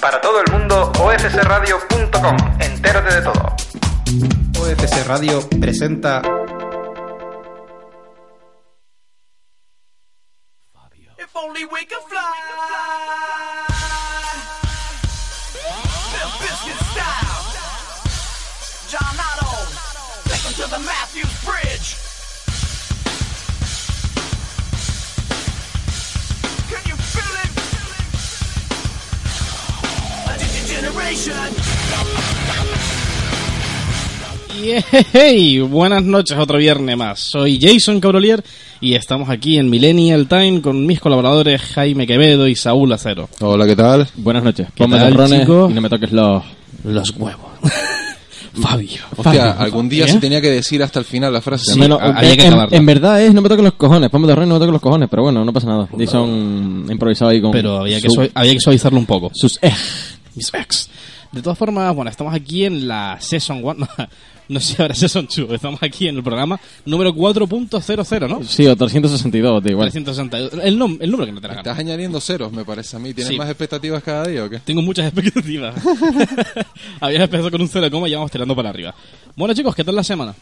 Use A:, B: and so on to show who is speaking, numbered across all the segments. A: Para todo el mundo, ofcradio.com. Entérate de todo.
B: OFC Radio presenta
C: If only we could fly. Limp Bizkit style. John Otto. Take 'em to the Matthews Bridge. Can you feel it? Addicted generation.
D: Hey, buenas noches, otro viernes más. Soy Jason Cabrolier y estamos aquí en Millennial Time con mis colaboradores Jaime Quevedo y Saúl Acero.
E: Hola, ¿qué tal?
F: Buenas noches.
D: ¿Qué
F: Ponme
D: tal,
F: terrones
D: chico?
F: y no me toques los...
D: Los huevos. Fabio.
E: Hostia,
D: Fabio,
E: algún día
D: ¿eh?
E: se tenía que decir hasta el final la frase.
D: Sí,
F: Me lo-
D: a- había que
F: en,
D: acabarla.
F: en verdad es, no me toques los cojones. Ponme terrones y no me toques los cojones. Pero bueno, no pasa nada. Jason improvisado ahí con...
D: Pero había que,
F: su-
D: sua- había que suavizarlo un poco.
F: Sus ej.
D: Mis ex. De todas formas, bueno, estamos aquí en la Season 1. No, sé ahora Season 2. Estamos aquí en el programa número 4.00, ¿no?
F: Sí, o 362, da igual.
D: 362. El, nom- el número que no te la gana.
E: Estás añadiendo ceros, me parece a mí. ¿Tienes
D: Sí.
E: más expectativas cada día o qué?
D: Tengo muchas expectativas. Habías empezado con un 0, y vamos tirando para arriba. Bueno, chicos, ¿qué tal la semana?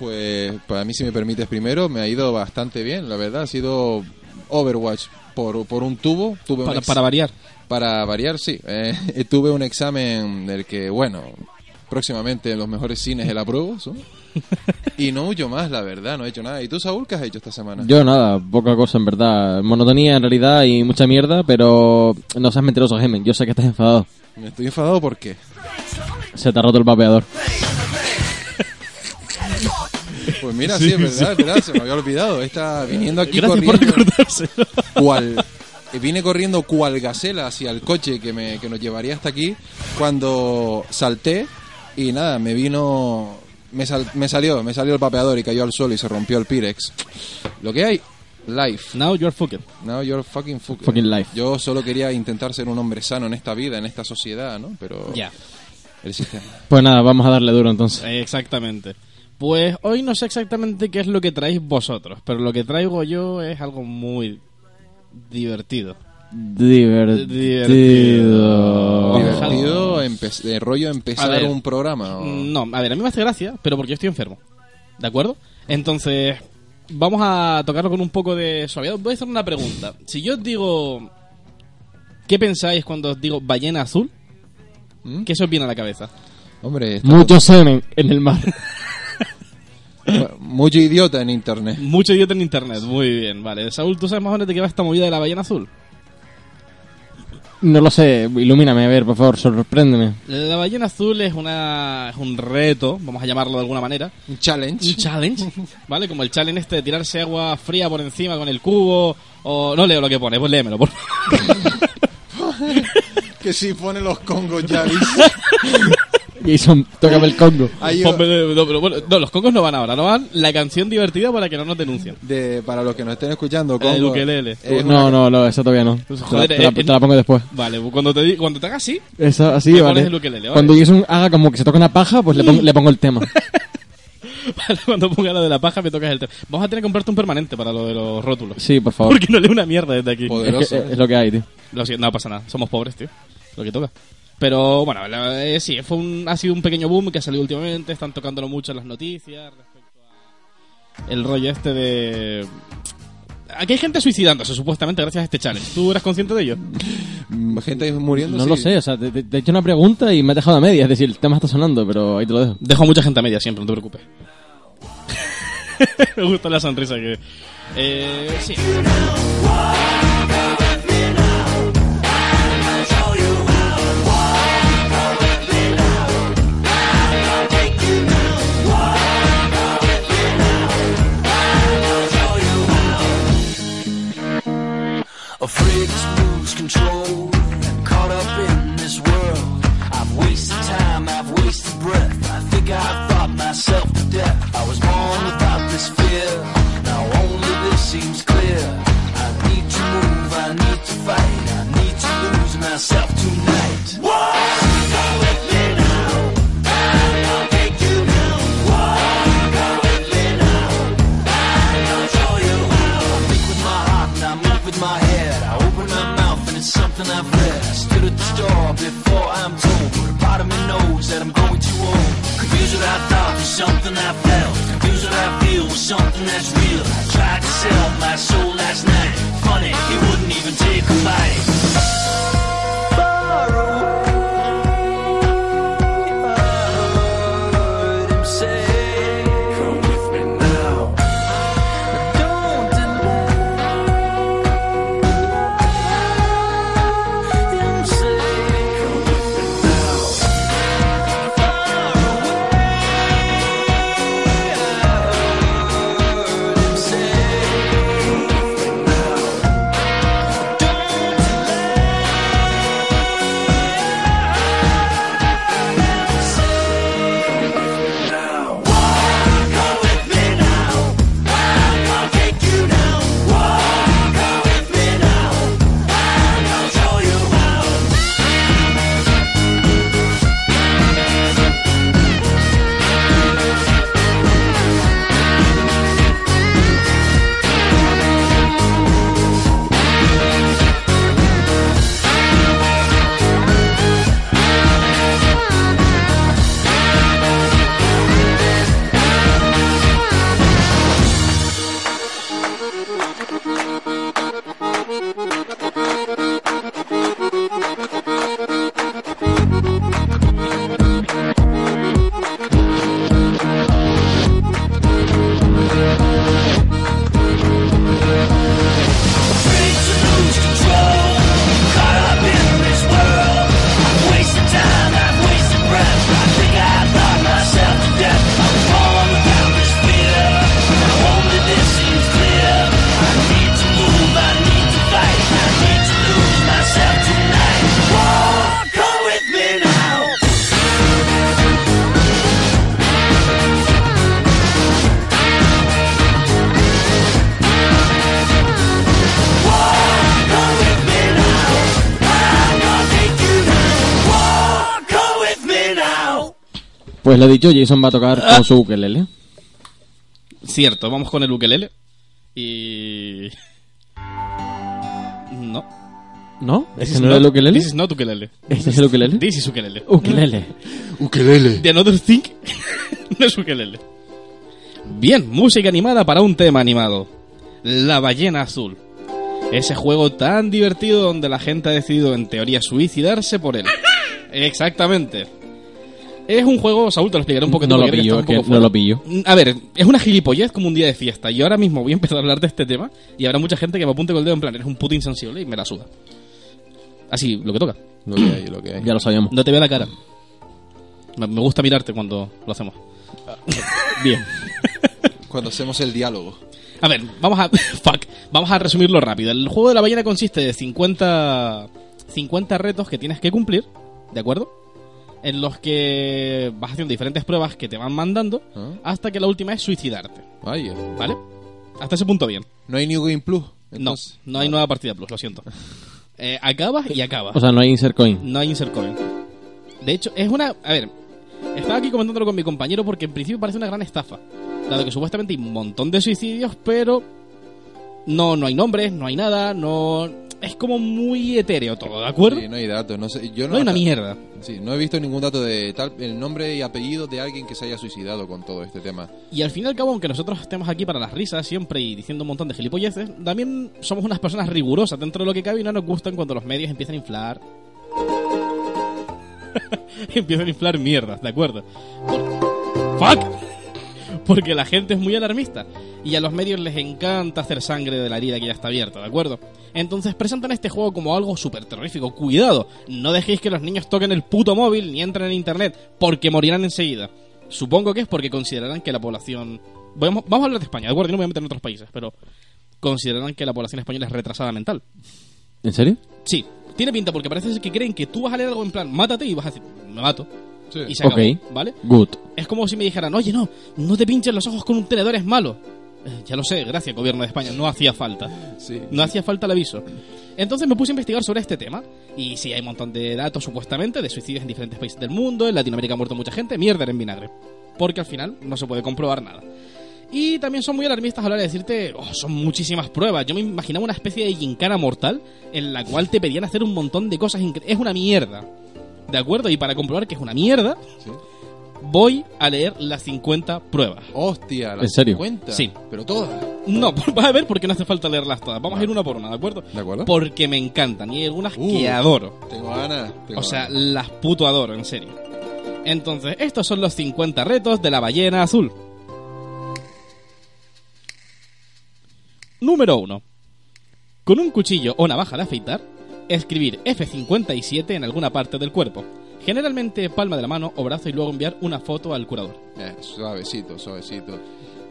E: Pues para mí, si me permites primero, me ha ido bastante bien, la verdad. Ha sido Overwatch por, por un tubo. Tuve un
D: Para,
E: ex-
D: para variar.
E: para variar, sí. Eh, tuve un examen del que, bueno, próximamente en los mejores cines el apruebo. ¿so? Y no mucho más, la verdad, no he hecho nada. ¿Y tú, Saúl, qué has hecho esta semana?
F: Yo nada, poca cosa en verdad. Monotonía en realidad y mucha mierda, pero no seas mentiroso, Gemen. Yo sé que estás enfadado.
E: Me estoy enfadado porque...
F: Se te ha roto el vapeador.
E: Pues mira, sí, es verdad, es verdad, se me había olvidado. Está viniendo aquí
D: Gracias por
E: corriendo.
D: recordárselo.
E: cual eh, vine corriendo cual gacela hacia el coche que, me, que nos llevaría hasta aquí cuando salté y nada, me vino me, sal- me salió, me salió el vapeador y cayó al suelo y se rompió el Pirex. Lo que hay, life.
D: Now you're fucked.
E: Now you're fucking fuck-
F: Fucking life.
E: Yo solo quería intentar ser un hombre sano en esta vida, en esta sociedad, ¿no? Pero
D: Ya,
E: el sistema.
F: Pues nada, vamos a darle duro entonces.
D: eh, exactamente. Pues hoy no sé exactamente qué es lo que traéis vosotros, pero lo que traigo yo es algo muy divertido.
F: Divertido. Oh.
D: Divertido. Ojalá.
E: Divertido empe- de rollo
D: A
E: empezar
D: ver. Mm.
E: un programa. o-
D: No, a ver, a mí me hace gracia, pero porque yo estoy enfermo. ¿De acuerdo? Entonces, vamos a tocarlo con un poco de suavidad. Voy a hacer una pregunta. Si yo os digo. ¿Qué pensáis cuando os digo ballena azul?
E: ¿Mm?
D: ¿Qué se os viene a la cabeza?
E: Hombre, está-
F: Mucho semen en el mar.
E: mucho idiota en internet.
D: Mucho idiota en internet. Muy bien, vale. Saúl, ¿tú sabes más o menos de qué va esta movida de la ballena azul?
F: No lo sé, ilumíname, a ver, por favor, sorpréndeme.
D: La ballena azul es, una, es un reto, vamos a llamarlo de alguna manera,
E: Un challenge.
D: un challenge, ¿vale? Como el challenge este de tirarse agua fría por encima con el cubo, o... No leo lo que pone, pues léemelo, por favor.
E: Que si pone los congos ya,
F: Jason, tócame el congo.
E: Hay-
D: Ponme- no, pero bueno, no, los congos no van ahora, no van la canción divertida para que no nos denuncien.
E: de, para los que nos estén escuchando,
D: El
E: congo.
D: ukelele.
E: es una-
F: Eh, No, no, no, esa todavía no. Te la-
D: Joder,
F: te, la,
D: eh,
F: te la pongo después.
D: Vale, cuando te, di- cuando te haga así,
F: Esa, así,
D: Me
F: vale.
D: pones el ukelele, vale.
F: Cuando Jason haga como que se toca una paja, pues le pongo, le pongo el tema.
D: vale, cuando ponga la de la paja me tocas el tema. Vamos a tener que comprarte un permanente para lo de los rótulos.
F: Sí, por favor.
D: Porque no leo una mierda desde aquí.
E: Joder.
F: Es, que- eh,
D: eh.
E: Poderoso.
F: es lo que hay, tío.
D: Lo siento, no pasa nada, somos pobres, tío. Lo que toca. Pero bueno, la- eh, sí, fue un, ha sido un pequeño boom que ha salido últimamente, están tocándolo mucho en las noticias respecto a el rollo este de Aquí hay gente suicidándose, supuestamente, gracias a este challenge. ¿Tú eras consciente de ello?
E: Mm, Gente muriendo.
F: No
E: sí.
F: lo sé, o sea, te, te- te he hecho una pregunta y me has dejado a media. Es decir, el tema está sonando, pero ahí te lo dejo.
D: Dejo mucha gente a media siempre, no te preocupes. Me gusta la sonrisa que. Eh, sí.
C: Afraid to lose control, caught up in this world. I've wasted time, I've wasted breath. I think I thought myself to death. I was born without this fear, now only this seems clear. I need to move, I need to fight, I need to lose myself tonight. I think with my heart and I move with my head. I open my mouth and it it's something I've read. I stood at the store before I'm told, but a part of me knows that I'm going too old. Confused what I thought was something I felt. Confused what I feel was something that's real. I tried to sell my soul last night. Funny, it wouldn't even take a bite. Far away, I heard him say, Come with me now. Don't deny. Him say, Come with me now. Far away, I heard him say, Come with me now. Don't delay. Say, Come with me now. Walk on with me now. I'll take you now. Walk on with me now. I'll show you how. Afraid to lose control, caught up in this world. I've wasted time, I've wasted breath. I think I thought myself to death. I was born without this fear. Now only this seems clear. I need to move, I need to fight. I need to lose myself tonight. Walk on with me now. Come with me now. I'm gonna take you now. Walk on with me now.
F: Pues lo dicho, Jason va a tocar con su ukelele.
D: Cierto, vamos con el ukelele. Y. No.
F: ¿No? ¿Ese
D: This
F: no
D: is
F: era el
D: not-
F: ukelele?
D: This is not ukelele.
F: ¿Ese es el ukelele?
D: This is ukelele.
F: Ukelele.
E: Ukelele.
D: The Another Thing no es ukelele. Bien, música animada para un tema animado. La ballena azul. Ese juego tan divertido donde la gente ha decidido en teoría suicidarse por él. Exactamente. Es un juego, Saúl, te lo explicaré un poquito.
F: No lo
D: porque creo está
F: pillo,
D: un
F: que
D: poco
F: no
D: fuera.
F: lo pillo.
D: A ver, es una gilipollez como un día de fiesta. Y ahora mismo voy a empezar a hablar de este tema y habrá mucha gente que me apunte con el dedo en plan, eres un puto insensible y me la suda. Así, lo que toca.
E: Lo que hay, lo que hay.
F: Ya lo sabíamos.
D: No te veo la cara. Me me gusta mirarte cuando lo hacemos.
E: Ah.
F: Bien.
E: Cuando hacemos el diálogo.
D: A ver, vamos a. Fuck. Vamos a resumirlo rápido. El juego de la ballena consiste de 50. 50 retos que tienes que cumplir, ¿de acuerdo? En los que vas haciendo diferentes pruebas que te van mandando
E: Ah.
D: hasta que la última es suicidarte,
E: Vaya.
D: ¿vale? Hasta ese punto bien.
E: ¿No hay New Game Plus? Entonces, ah.
D: no, no hay nueva partida plus, lo siento. Eh, acabas y acabas.
F: O sea, no hay insert coin.
D: No hay insert coin. De hecho, es una. A ver, estaba aquí comentándolo con mi compañero porque en principio parece una gran estafa. Dado que supuestamente hay un montón de suicidios, pero. No, no hay nombres, no hay nada, no. Es como muy etéreo todo, ¿de acuerdo?
E: sí, no hay datos. No, sé, yo no,
D: No hay una
E: hasta-
D: mierda.
E: Sí, no he visto ningún dato de tal el nombre y apellido de alguien que se haya suicidado con todo este tema.
D: Y al fin y al cabo, aunque nosotros estemos aquí para las risas siempre y diciendo un montón de gilipolleces, también somos unas personas rigurosas dentro de lo que cabe y no nos gustan cuando los medios empiezan a inflar. empiezan a inflar mierdas, ¿de acuerdo? Por- ¡Fuck! Porque la gente es muy alarmista y a los medios les encanta hacer sangre de la herida que ya está abierta, ¿de acuerdo? Entonces presentan este juego como algo súper terrorífico. Cuidado, no dejéis que los niños toquen el puto móvil ni entren en internet, porque morirán enseguida. Supongo que es porque considerarán que la población... Vamos, vamos a hablar de España, ¿de acuerdo? Yo no me voy a meter en otros países, pero considerarán que la población española es retrasada mental.
F: ¿En serio?
D: Sí, tiene pinta porque parece que creen que tú vas a leer algo en plan, mátate y vas a decir, me mato. Y se acabó,
F: Ok.
D: ¿vale?
F: Good.
D: Es como si me dijeran, oye, no, no te pinches los ojos con un tenedor, es malo. Eh, ya lo sé, gracias, gobierno de España, no hacía falta.
E: Sí.
D: No hacía falta el aviso. Entonces me puse a investigar sobre este tema. Y sí, hay un montón de datos, supuestamente, de suicidios en diferentes países del mundo. En Latinoamérica ha muerto mucha gente. Mierda era en vinagre. Porque al final no se puede comprobar nada. Y también son muy alarmistas a la hora de decirte, "Oh, son muchísimas pruebas. Yo me imaginaba una especie de gincana mortal en la cual te pedían hacer un montón de cosas. incre- Es una mierda. ¿De acuerdo? Y para comprobar que es una mierda,
E: Sí.
D: voy a leer las 50 pruebas.
E: Hostia, las
F: ¿En serio?
E: 50.
D: Sí.
E: Pero todas.
D: No, vas a ver porque no hace falta leerlas todas. Vamos a ir una por una, ¿de acuerdo?
E: ¿De acuerdo?
D: Porque me encantan y hay algunas
E: Uh.
D: que adoro.
E: Tengo ganas. tengo
D: O sea,
E: ganas.
D: las puto adoro, en serio. Entonces, estos son los 50 retos de la ballena azul. Número 1. Con un cuchillo o navaja de afeitar, escribir F57 en alguna parte del cuerpo. Generalmente palma de la mano o brazo y luego enviar una foto al curador.
E: Eh, suavecito, suavecito.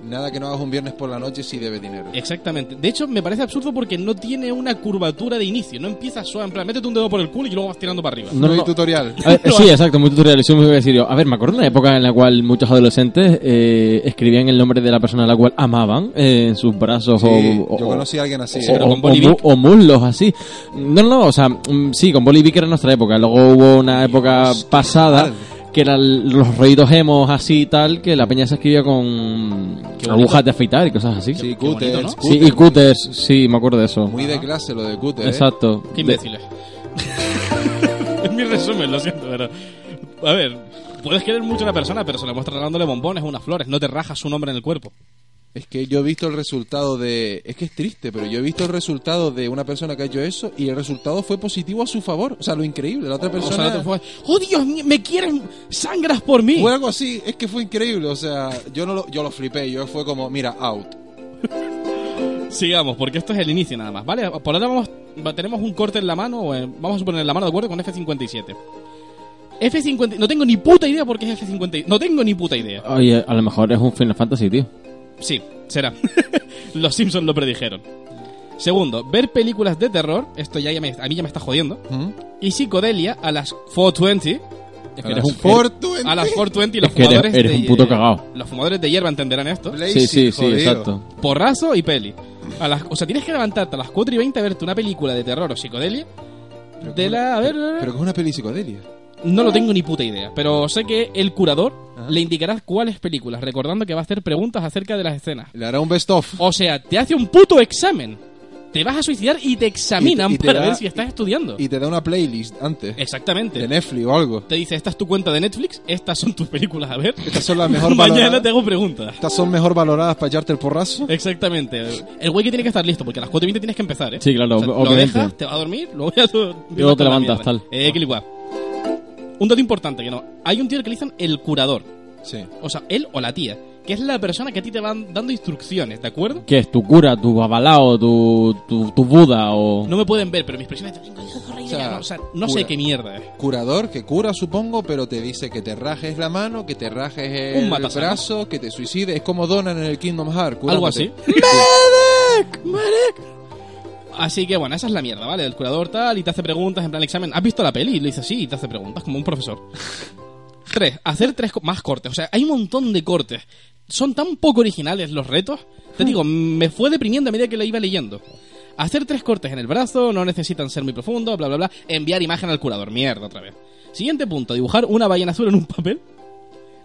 E: Nada que no hagas un viernes por la noche si debe dinero.
F: Eh,
D: Exactamente. De hecho, me parece absurdo porque no tiene una curvatura de inicio. No empieza suave, en plan, métete un dedo por el culo y luego vas tirando para arriba.
E: no, hay
F: no. Eh,
E: tutorial.
F: A ver, Ah, sí, exacto, muy tutorial. Eso me iba a decir yo. A ver, me acuerdo de una época en la cual muchos adolescentes eh, escribían el nombre de la persona a la cual amaban eh, en sus brazos
E: Sí,
F: o, o-
E: yo
F: o-
E: conocí a alguien así.
D: Sí,
E: ¿eh?
D: pero
F: o,
D: con
F: o
D: Boli
F: mu-
D: Vic.
F: o muslos así. No, no, no, o sea, mm, sí, con Bolivic era nuestra época. Luego hubo una época pasada
E: mal.
F: que eran los rollitos hemos así y tal, que la peña se escribía con
D: bonito.
F: agujas de afeitar y cosas así.
E: Sí,
F: Sí,
E: cúters,
D: bonito, ¿no?
E: cúters.
F: y cúters, sí, me acuerdo de eso.
E: Muy de clase lo de cúter. ¿eh?
F: Exacto.
D: Qué
F: De-
D: imbéciles. es mi resumen, lo siento, pero. A ver, puedes querer mucho a una persona, pero se la muestras regalándole bombones, unas flores, no te rajas su nombre en el cuerpo.
E: Es que yo he visto el resultado de... Es que es triste, pero yo he visto el resultado de una persona que ha hecho eso y el resultado fue positivo a su favor. O sea, lo increíble. La otra
D: O
E: persona...
D: sea, no te fue- ¡Oh, Dios mío! ¡Me quieren! ¡Sangras por mí!
E: Fue algo así, es que fue increíble, o sea, yo no lo, yo lo flipé, yo fue como, mira, out.
D: Sigamos, porque esto es el inicio nada más, ¿vale? Por ahora vamos, va- tenemos un corte en la mano, o en- vamos a suponer en la mano, ¿de acuerdo? Con F-57. F-50... No tengo ni puta idea por qué es F-57. No tengo ni puta idea.
F: Oye, a lo mejor es un Final Fantasy, tío.
D: Sí, será. Los Simpsons lo predijeron. Segundo, ver películas de terror. Esto ya, ya me- a mí ya me está jodiendo. Y psicodelia a las 420.
F: Es
E: A
F: que eres
E: las
F: un-
E: 420.
D: A las 420 y los
F: Es que eres-
D: fumadores
F: eres
D: de
F: un puto
D: hier-
F: cagao.
D: Los fumadores de hierba entenderán esto.
F: Sí, sí, sí,
E: jodido.
F: exacto.
D: Porrazo y peli. A las, o sea, tienes que levantarte a las 4 y 20 a verte una película de terror o psicodelia. De la. A ver, a ver,
E: Pero que es una peli psicodelia.
D: no lo tengo ni puta idea. Pero sé que el curador
E: Ajá.
D: le indicará cuáles películas, recordando que va a hacer preguntas acerca de las escenas.
E: Le hará un best of.
D: O sea, te hace un puto examen. Te vas a suicidar y te examinan
E: Y te- y te
D: para
E: da-
D: ver si estás estudiando.
E: Y te da una playlist antes.
D: Este. Exactamente.
E: De Netflix o algo.
D: Te dice, esta es tu cuenta de Netflix, estas son tus películas a ver.
E: Estas son las mejor
D: Mañana
E: valoradas.
D: te Eh. hago preguntas.
E: Estas son mejor valoradas para echarte el porrazo.
D: Exactamente. El güey que tiene que estar listo, porque a las 4 y 20 tienes que empezar, ¿eh?
F: Sí, claro,
D: O sea, lo
F: obviamente.
D: dejas, te vas a dormir, luego ya tú-
F: Luego te
D: con la
F: levantas,
D: mierda.
F: tal.
D: Eh, que igual. Un dato importante, que no. Hay un tío que le dicen el curador.
E: Sí.
D: O sea, él o la tía. Que es la persona que a ti te van dando instrucciones, ¿de acuerdo?
F: ¿Qué es? ¿Tu cura, tu babalao, tu, tu, tu Buda o...?
D: No me pueden ver, pero mis expresiones... O
E: sea,
D: sea, no, o sea, no sé
E: cura.
D: qué mierda es.
E: Curador que cura, supongo, pero te dice que te rajes la mano, que te rajes
D: Un
E: el
D: matasano.
E: brazo, que te suicides. Es como Donan en el Kingdom Hearts. curándote.
D: Algo así. Así que bueno, esa es la mierda, ¿vale? El curador tal y te hace preguntas en plan examen. ¿Has visto la peli? Y le dice sí y te hace preguntas, como un profesor. tres, hacer tres co- más cortes. O sea, hay un montón de cortes. Son tan poco originales los retos. Te digo, me fue deprimiendo a medida que la iba leyendo. Hacer tres cortes en el brazo, no necesitan ser muy profundo, bla, bla, bla. Enviar imagen al curador, mierda, otra vez. Siguiente punto, dibujar una ballena azul en un papel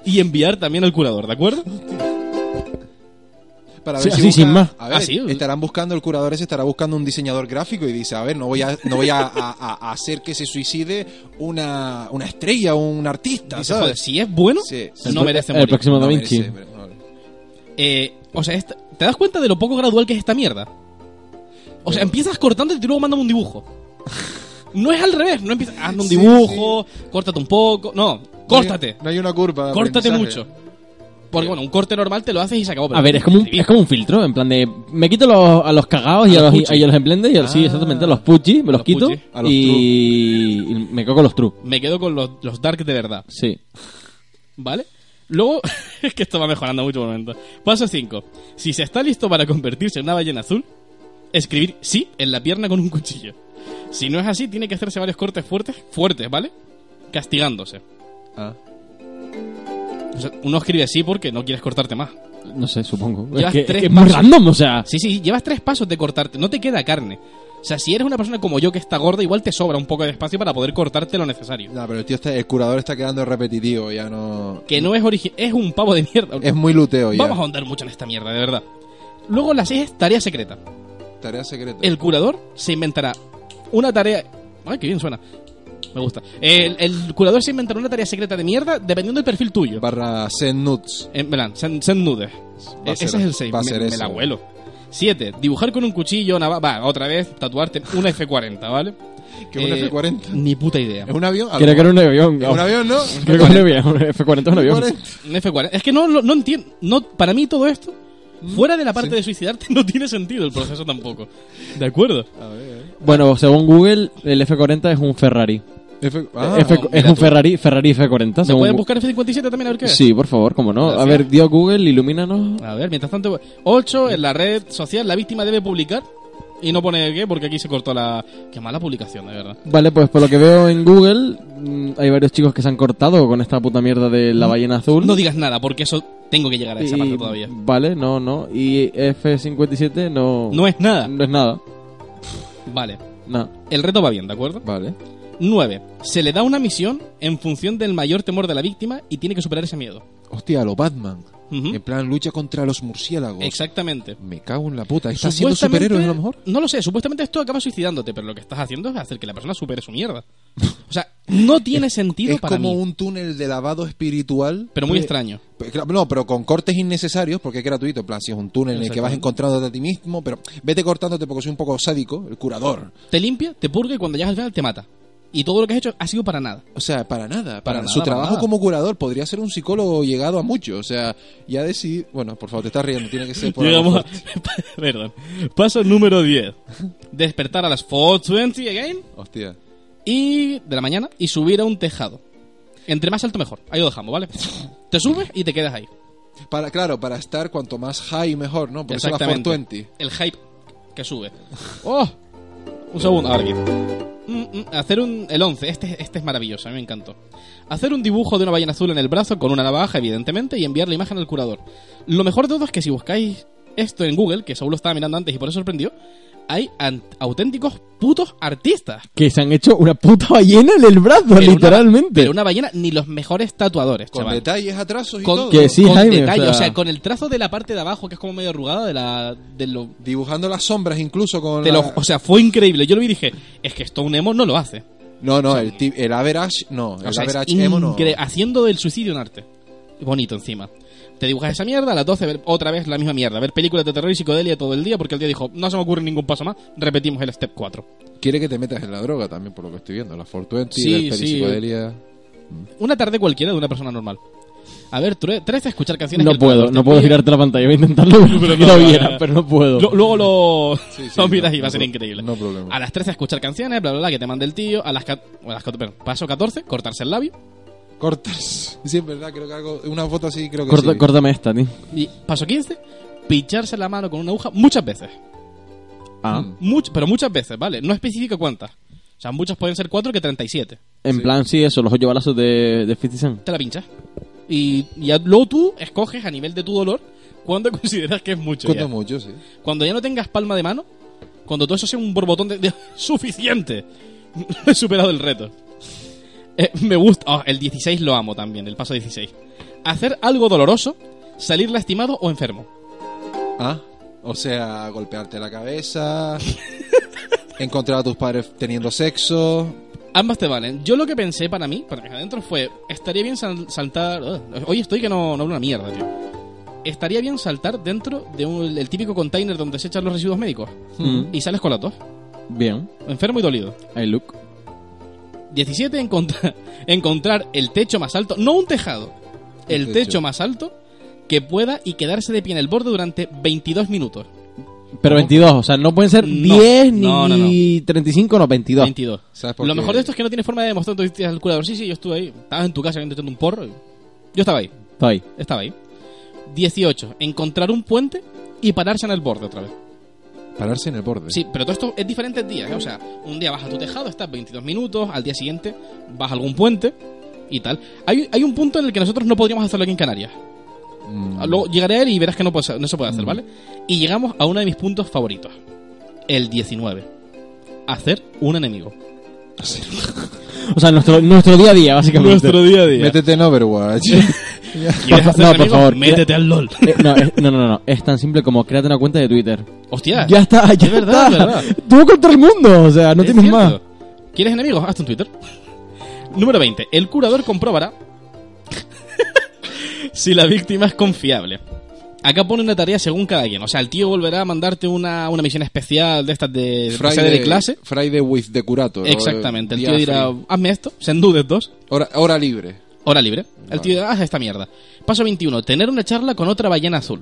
D: y enviar también al curador, ¿de acuerdo?
E: Para
F: Sí,
E: ver si
F: así,
E: busca-
F: sin más.
E: A ver,
D: Ah, sí.
E: estarán buscando, el curador ese estará buscando un diseñador gráfico y dice, a ver, no voy a, no voy a, a- a- a hacer que se suicide una, una estrella o un artista,
D: Dice, joder,
E: ¿sabes?
D: si es bueno,
E: Sí, sí.
D: no
F: El-
D: merece
F: El
D: morir.
F: próximo Da
E: No
F: Vinci.
E: merece, pero- vale.
D: Eh, o sea, esta- ¿te das cuenta de lo poco gradual que es esta mierda? O sea, empiezas cortando y luego mándame un dibujo. No es al revés, no empiezas, "Ah, hazme un
E: Sí,
D: dibujo, córtate un poco, no, córtate,
E: No hay una curva. de
D: córtate
E: aprendizaje.
D: mucho. Porque bueno, un corte normal te lo haces y se acabó. pero
F: A ver, es como, un,
D: escribir-
F: es como un filtro, en plan de... Me quito los, a los cagados y
D: A
F: a
D: los
F: los, y,
D: puchis.
F: a los emplendes y a los- sí,
E: Ah.
F: exactamente, a los puchis, me los,
D: Los
F: quito
D: puchis.
E: A los
F: y, y me cago con los true.
D: Me quedo con los, los dark de verdad,
F: Sí.
D: ¿vale? Luego, es que esto va mejorando mucho por el momento. Paso 5. Si se está listo para convertirse en una ballena azul, escribir sí en la pierna con un cuchillo. Si no es así, tiene que hacerse varios cortes fuertes, fuertes, ¿vale? Castigándose.
E: Ah.
D: O sea, uno escribe así porque no quieres cortarte más.
F: No sé, supongo.
D: Llevas
F: Es que, es
D: tres
F: que es muy
D: pasos.
F: random, o sea...
D: Sí, sí, llevas tres pasos de cortarte, no te queda carne. O sea, si eres una persona como yo que está gorda, igual te sobra un poco de espacio para poder cortarte lo necesario.
E: Nah, pero el tío está, el curador está quedando repetitivo, ya no.
D: Que no es origi- es un pavo de mierda.
E: Es muy luteo ya.
D: Vamos a ahondar mucho en esta mierda, de verdad. Luego la 6 es tarea secreta.
E: Tarea secreta.
D: El curador se inventará una tarea. Ay, qué bien suena. Me gusta. El, el curador se inventará una tarea secreta de mierda dependiendo del perfil tuyo. Eh,
E: Barra Zen Nuts.
D: En plan, send, send nudes.
E: Va a
D: E- Ese
E: ser-
D: es el 6.
E: va a
D: Me,
E: ser
D: me
E: ese.
D: la vuelo. 7. Dibujar con un cuchillo, una ba- va, otra vez, tatuarte una F40, ¿vale? Eh,
E: ¿Qué es una F40?
D: Ni puta idea.
E: Eh, ¿Es un avión?
F: Creo que era un avión.
E: ¿Es un avión, no?
F: Creo que era un avión. Un F-40 es un avión.
E: F40.
D: Un F40. Es que no, no, no entiendo. No, para mí todo esto,
E: Mm,
D: fuera de la parte de suicidarte, no tiene sentido el proceso tampoco. ¿De acuerdo?
E: A ver.
F: Bueno, según Google, el F-40 es un Ferrari.
E: F- ah,
F: F-
D: no,
F: es
D: mira
F: un
D: tú.
F: Ferrari, Ferrari F-40.
D: ¿Se
F: según
D: puede
F: Gu-
D: buscar F57 también a ver qué es?
F: Sí, por favor, cómo no. A
D: Gracias.
F: ver, Dios Google, ilumínanos.
D: A ver, mientras tanto. 8. En la red social, la víctima debe publicar. Y no pone qué, porque aquí se cortó la. Qué mala publicación, de verdad.
F: Vale, pues por lo que veo en Google, mm, hay varios chicos que se han cortado con esta puta mierda de la ballena azul.
D: Mm, No digas nada, porque eso tengo que llegar a esa
F: Y-
D: parte todavía.
F: Vale, no, no. Y F-57 no...
D: No es nada.
F: No es nada.
D: Vale.
F: No.
D: El reto va bien, ¿de acuerdo?
F: Vale.
D: 9. Se le da una misión en función del mayor temor de la víctima y tiene que superar ese miedo.
E: Hostia, lo Batman.
D: Ujú.
E: En plan, lucha contra los murciélagos.
D: Exactamente.
E: Me cago en la puta. ¿Estás siendo
D: Supuestamente-
E: superhéroe a lo mejor?
D: No lo sé, supuestamente esto acaba suicidándote, pero lo que estás haciendo es hacer que la persona supere su mierda. O sea, no tiene sentido
E: Es
D: para
E: como
D: mí,
E: un túnel de lavado espiritual.
D: pero muy
E: Eh,
D: extraño.
E: Pues, claro, No, pero con cortes innecesarios, porque es gratuito. En plan, si es un túnel en el que vas
D: Exactamente.
E: encontrándote a ti mismo, pero vete cortándote porque soy un poco sádico, el curador.
D: Te limpia, te purga y cuando llegas al final te mata. Y todo lo que has hecho ha sido para nada.
E: O sea, para nada. Para,
D: Para nada,
E: su
D: para
E: trabajo
D: nada.
E: como curador podría ser un psicólogo llegado a mucho. O sea, ya decidir. Bueno, por favor, te estás riendo. Tiene que ser por algo
D: Llegamos a...
E: fuerte.
D: Perdón. Paso número 10. Despertar a las 4.20 again
E: Hostia.
D: y de la mañana y subir a un tejado. Entre más alto mejor. Ahí lo dejamos, ¿vale? Te subes y te quedas ahí.
E: Para, claro, para estar cuanto más high mejor, ¿no? Por eso la
D: Exactamente.
E: 420.
D: El hype que sube. ¡Oh! Un segundo, ahora aquí. Mm, mm, hacer un. El 11, este, este es maravilloso, a mí me encantó. Hacer un dibujo de una ballena azul en el brazo con una navaja, evidentemente, y enviar la imagen al curador. Lo mejor de todo es que si buscáis esto en Google, que Saulo estaba mirando antes y por eso sorprendió, hay an- auténticos putos artistas.
F: Que se han hecho una puta ballena en el brazo,
D: Pero una-
F: Ah, literalmente.
D: Pero una ballena, ni los mejores tatuadores,
E: Con
D: chaval.
E: detalles, atrasos y
D: Con,
E: todo.
F: Que sí,
D: con
F: Jaime,
D: detalle,
F: o
D: o
F: sea-
D: sea... con el trazo de la parte de abajo, que es como medio arrugada, de la, de lo,
E: Dibujando las sombras incluso con.
D: Te
E: la-
D: lo- o sea, fue increíble. Yo lo vi y dije, es que esto un emo no lo hace.
E: No, no, el, ti- el average no. El
D: O sea, es
E: average emo no.
D: incre- Haciendo del suicidio un arte. Bonito encima. Te dibujas esa mierda, a las 12 ver otra vez la misma mierda. Ver películas de terror y psicodelia todo el día porque el día dijo, no se me ocurre ningún paso más, repetimos el step 4.
E: Quiere que te metas en la droga también, por lo que estoy viendo. La 420,
D: Sí,
E: el peli
D: sí.
E: psicodelia.
D: Una tarde cualquiera de una persona normal. A ver, 13, escuchar canciones.
F: No
D: que el cuerpo
F: puedo,
D: te
F: no puedo
D: pide.
F: girarte la pantalla. Voy a intentarlo pero
D: no,
F: lo
D: no,
F: viera,
D: no.
F: pero no puedo.
D: Lo- luego lo,
E: Sí, sí,
D: lo miras
E: no,
D: y va a
E: no
D: ser
E: pro-
D: increíble.
E: no problema.
D: A las 13 escuchar canciones, bla, bla, bla, que te mande el tío. A las, ca- a las cat- perdón, paso 14, cortarse el labio.
E: Cortas. Sí, es verdad, creo que algo. Una foto así, creo que
F: Corta-
E: sí.
F: Córtame esta, tío.
D: Y paso 15, picharse la mano con una aguja muchas veces.
F: Ah.
D: Much- pero muchas veces, ¿vale? No especifica cuántas. O sea, muchas pueden ser 4 que 37.
F: En plan, sí, eso, los ocho balazos de, de 50 Cent.
D: Te la pinchas. Y y ya luego tú escoges a nivel de tu dolor cuándo consideras que es mucho.
E: Cuento
D: ya.
E: mucho, sí.
D: Cuando ya no tengas palma de mano, cuando todo eso sea un borbotón de, de- suficiente. He superado el reto. Eh, me gusta. ah, el 16 lo amo también, el paso 16. Hacer algo doloroso, salir lastimado o enfermo.
E: Ah, o sea, golpearte la cabeza, encontrar a tus padres teniendo sexo.
D: Ambas te valen. Yo lo que pensé para mí, para mis adentros, fue: estaría bien sal- saltar. Ugh, hoy estoy que no, no hablo una mierda, tío. Estaría bien saltar dentro del típico container donde se echan los residuos médicos.
F: Mm.
D: Y sales con la tos.
F: Bien.
D: Enfermo y dolido.
F: I look.
D: 17. encontra- encontrar el techo más alto. No un tejado. El,
E: El
D: techo.
E: techo.
D: más alto que pueda y quedarse de pie en el borde durante 22 minutos.
F: Pero 22, o sea, no pueden ser
D: No.
F: 10 ni
D: No, no, no.
F: 35, no, 22.
D: 22.
E: ¿Sabes por
D: Lo
E: qué?
D: mejor de esto es que no tiene forma de demostrar tu existencia al curador. Sí, sí, yo estuve ahí. Estabas en tu casa intentando un porro. y- Yo estaba ahí.
F: Está ahí.
D: Estaba ahí. 18. Encontrar un puente y pararse en el borde otra vez.
E: Pararse en el borde.
D: Sí, pero todo esto es diferentes días. ¿eh? O sea, un día vas a tu tejado, estás 22 minutos, al día siguiente vas a algún puente y tal. Hay, hay un punto en el que nosotros no podríamos hacerlo aquí en Canarias.
E: Mm.
D: Luego llegaré a él y verás que
F: Mm.
D: no, puede ser- no se puede hacer, ¿vale? Y llegamos a uno de mis puntos favoritos. El 19. hacer un enemigo.
F: O sea, nuestro, nuestro día a día, básicamente.
D: Nuestro día a día.
E: Métete en Overwatch.
D: ¿Quieres
F: No,
D: hacer
F: por
D: enemigos?
F: favor,
D: Métete al LOL.
F: Eh, no, es- no, no, no, no. Es tan simple como créate una cuenta de Twitter.
D: Hostia.
F: Ya está, ya
D: es verdad,
F: está.
D: es verdad.
F: Tú contra el mundo, o sea, no
D: Es
F: tienes más.
D: cierto. ¿Quieres enemigos? Hazte un Twitter. Número 20. El curador comprobará si la víctima es confiable. Acá pone una tarea según cada quien. O sea, el tío volverá a mandarte una, una misión especial de estas de, que sea de clase.
E: Friday with the curator. o
D: Exactamente. El
E: día
D: tío dirá,
E: free.
D: hazme esto, sin dudes dos.
E: Hora, hora libre.
D: Hora libre. El tío dirá, haz esta mierda. Paso 21. Tener una charla con otra ballena azul.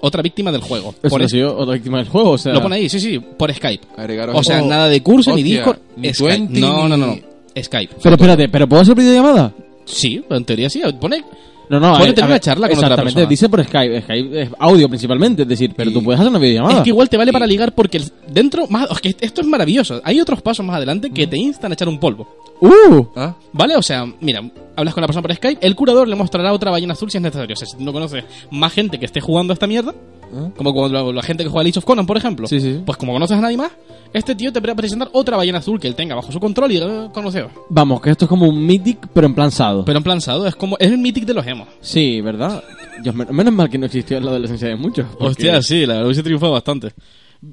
D: Otra víctima del juego.
F: Eso
D: Por
F: no ha
D: es-
F: sido otra víctima del juego, o sea.
D: Lo pone ahí, sí, sí, por Skype.
E: Agregaros
D: O sea,
E: Oh,
D: nada de curso, ni
E: hostia,
D: Discord.
E: ni
D: Skype.
E: 20,
D: no, no, no,
E: ni-
D: no. Skype.
F: Pero espérate, ¿pero puedo hacer videollamada?
D: Sí, en teoría sí. Pone...
F: No, no,
D: Puede
F: eh,
D: tener
F: a
D: una
F: ver,
D: charla con otra
F: Exactamente,
D: persona.
F: dice por Skype. Skype es audio principalmente, es decir, pero
E: Y-
F: tú puedes hacer una videollamada.
D: Es que igual te vale para ligar porque el- dentro... Más... es que esto es maravilloso. Hay otros pasos más adelante
E: Mm.
D: que te instan a echar un polvo.
F: ¡Uh!
E: ¿Ah?
D: ¿Vale? O sea, mira, hablas con la persona por Skype, el curador le mostrará otra ballena azul si es necesario. O sea, si tú no conoces más gente que esté jugando a esta mierda,
E: ¿Eh?
D: como cuando la, la gente que juega a League of Conan, por ejemplo,
F: Sí, sí.
D: pues como conoces a nadie más, este tío te va a presentar otra ballena azul que él tenga bajo su control y lo conoceos.
F: Vamos, que esto es como un Mythic, pero en plan sado.
D: Pero en plan sado, es como es el mític de los emos.
F: Sí, ¿verdad? Dios, men- menos mal que no existió en la adolescencia de muchos. porque-
D: Hostia, sí, la verdad hubiese triunfado bastante.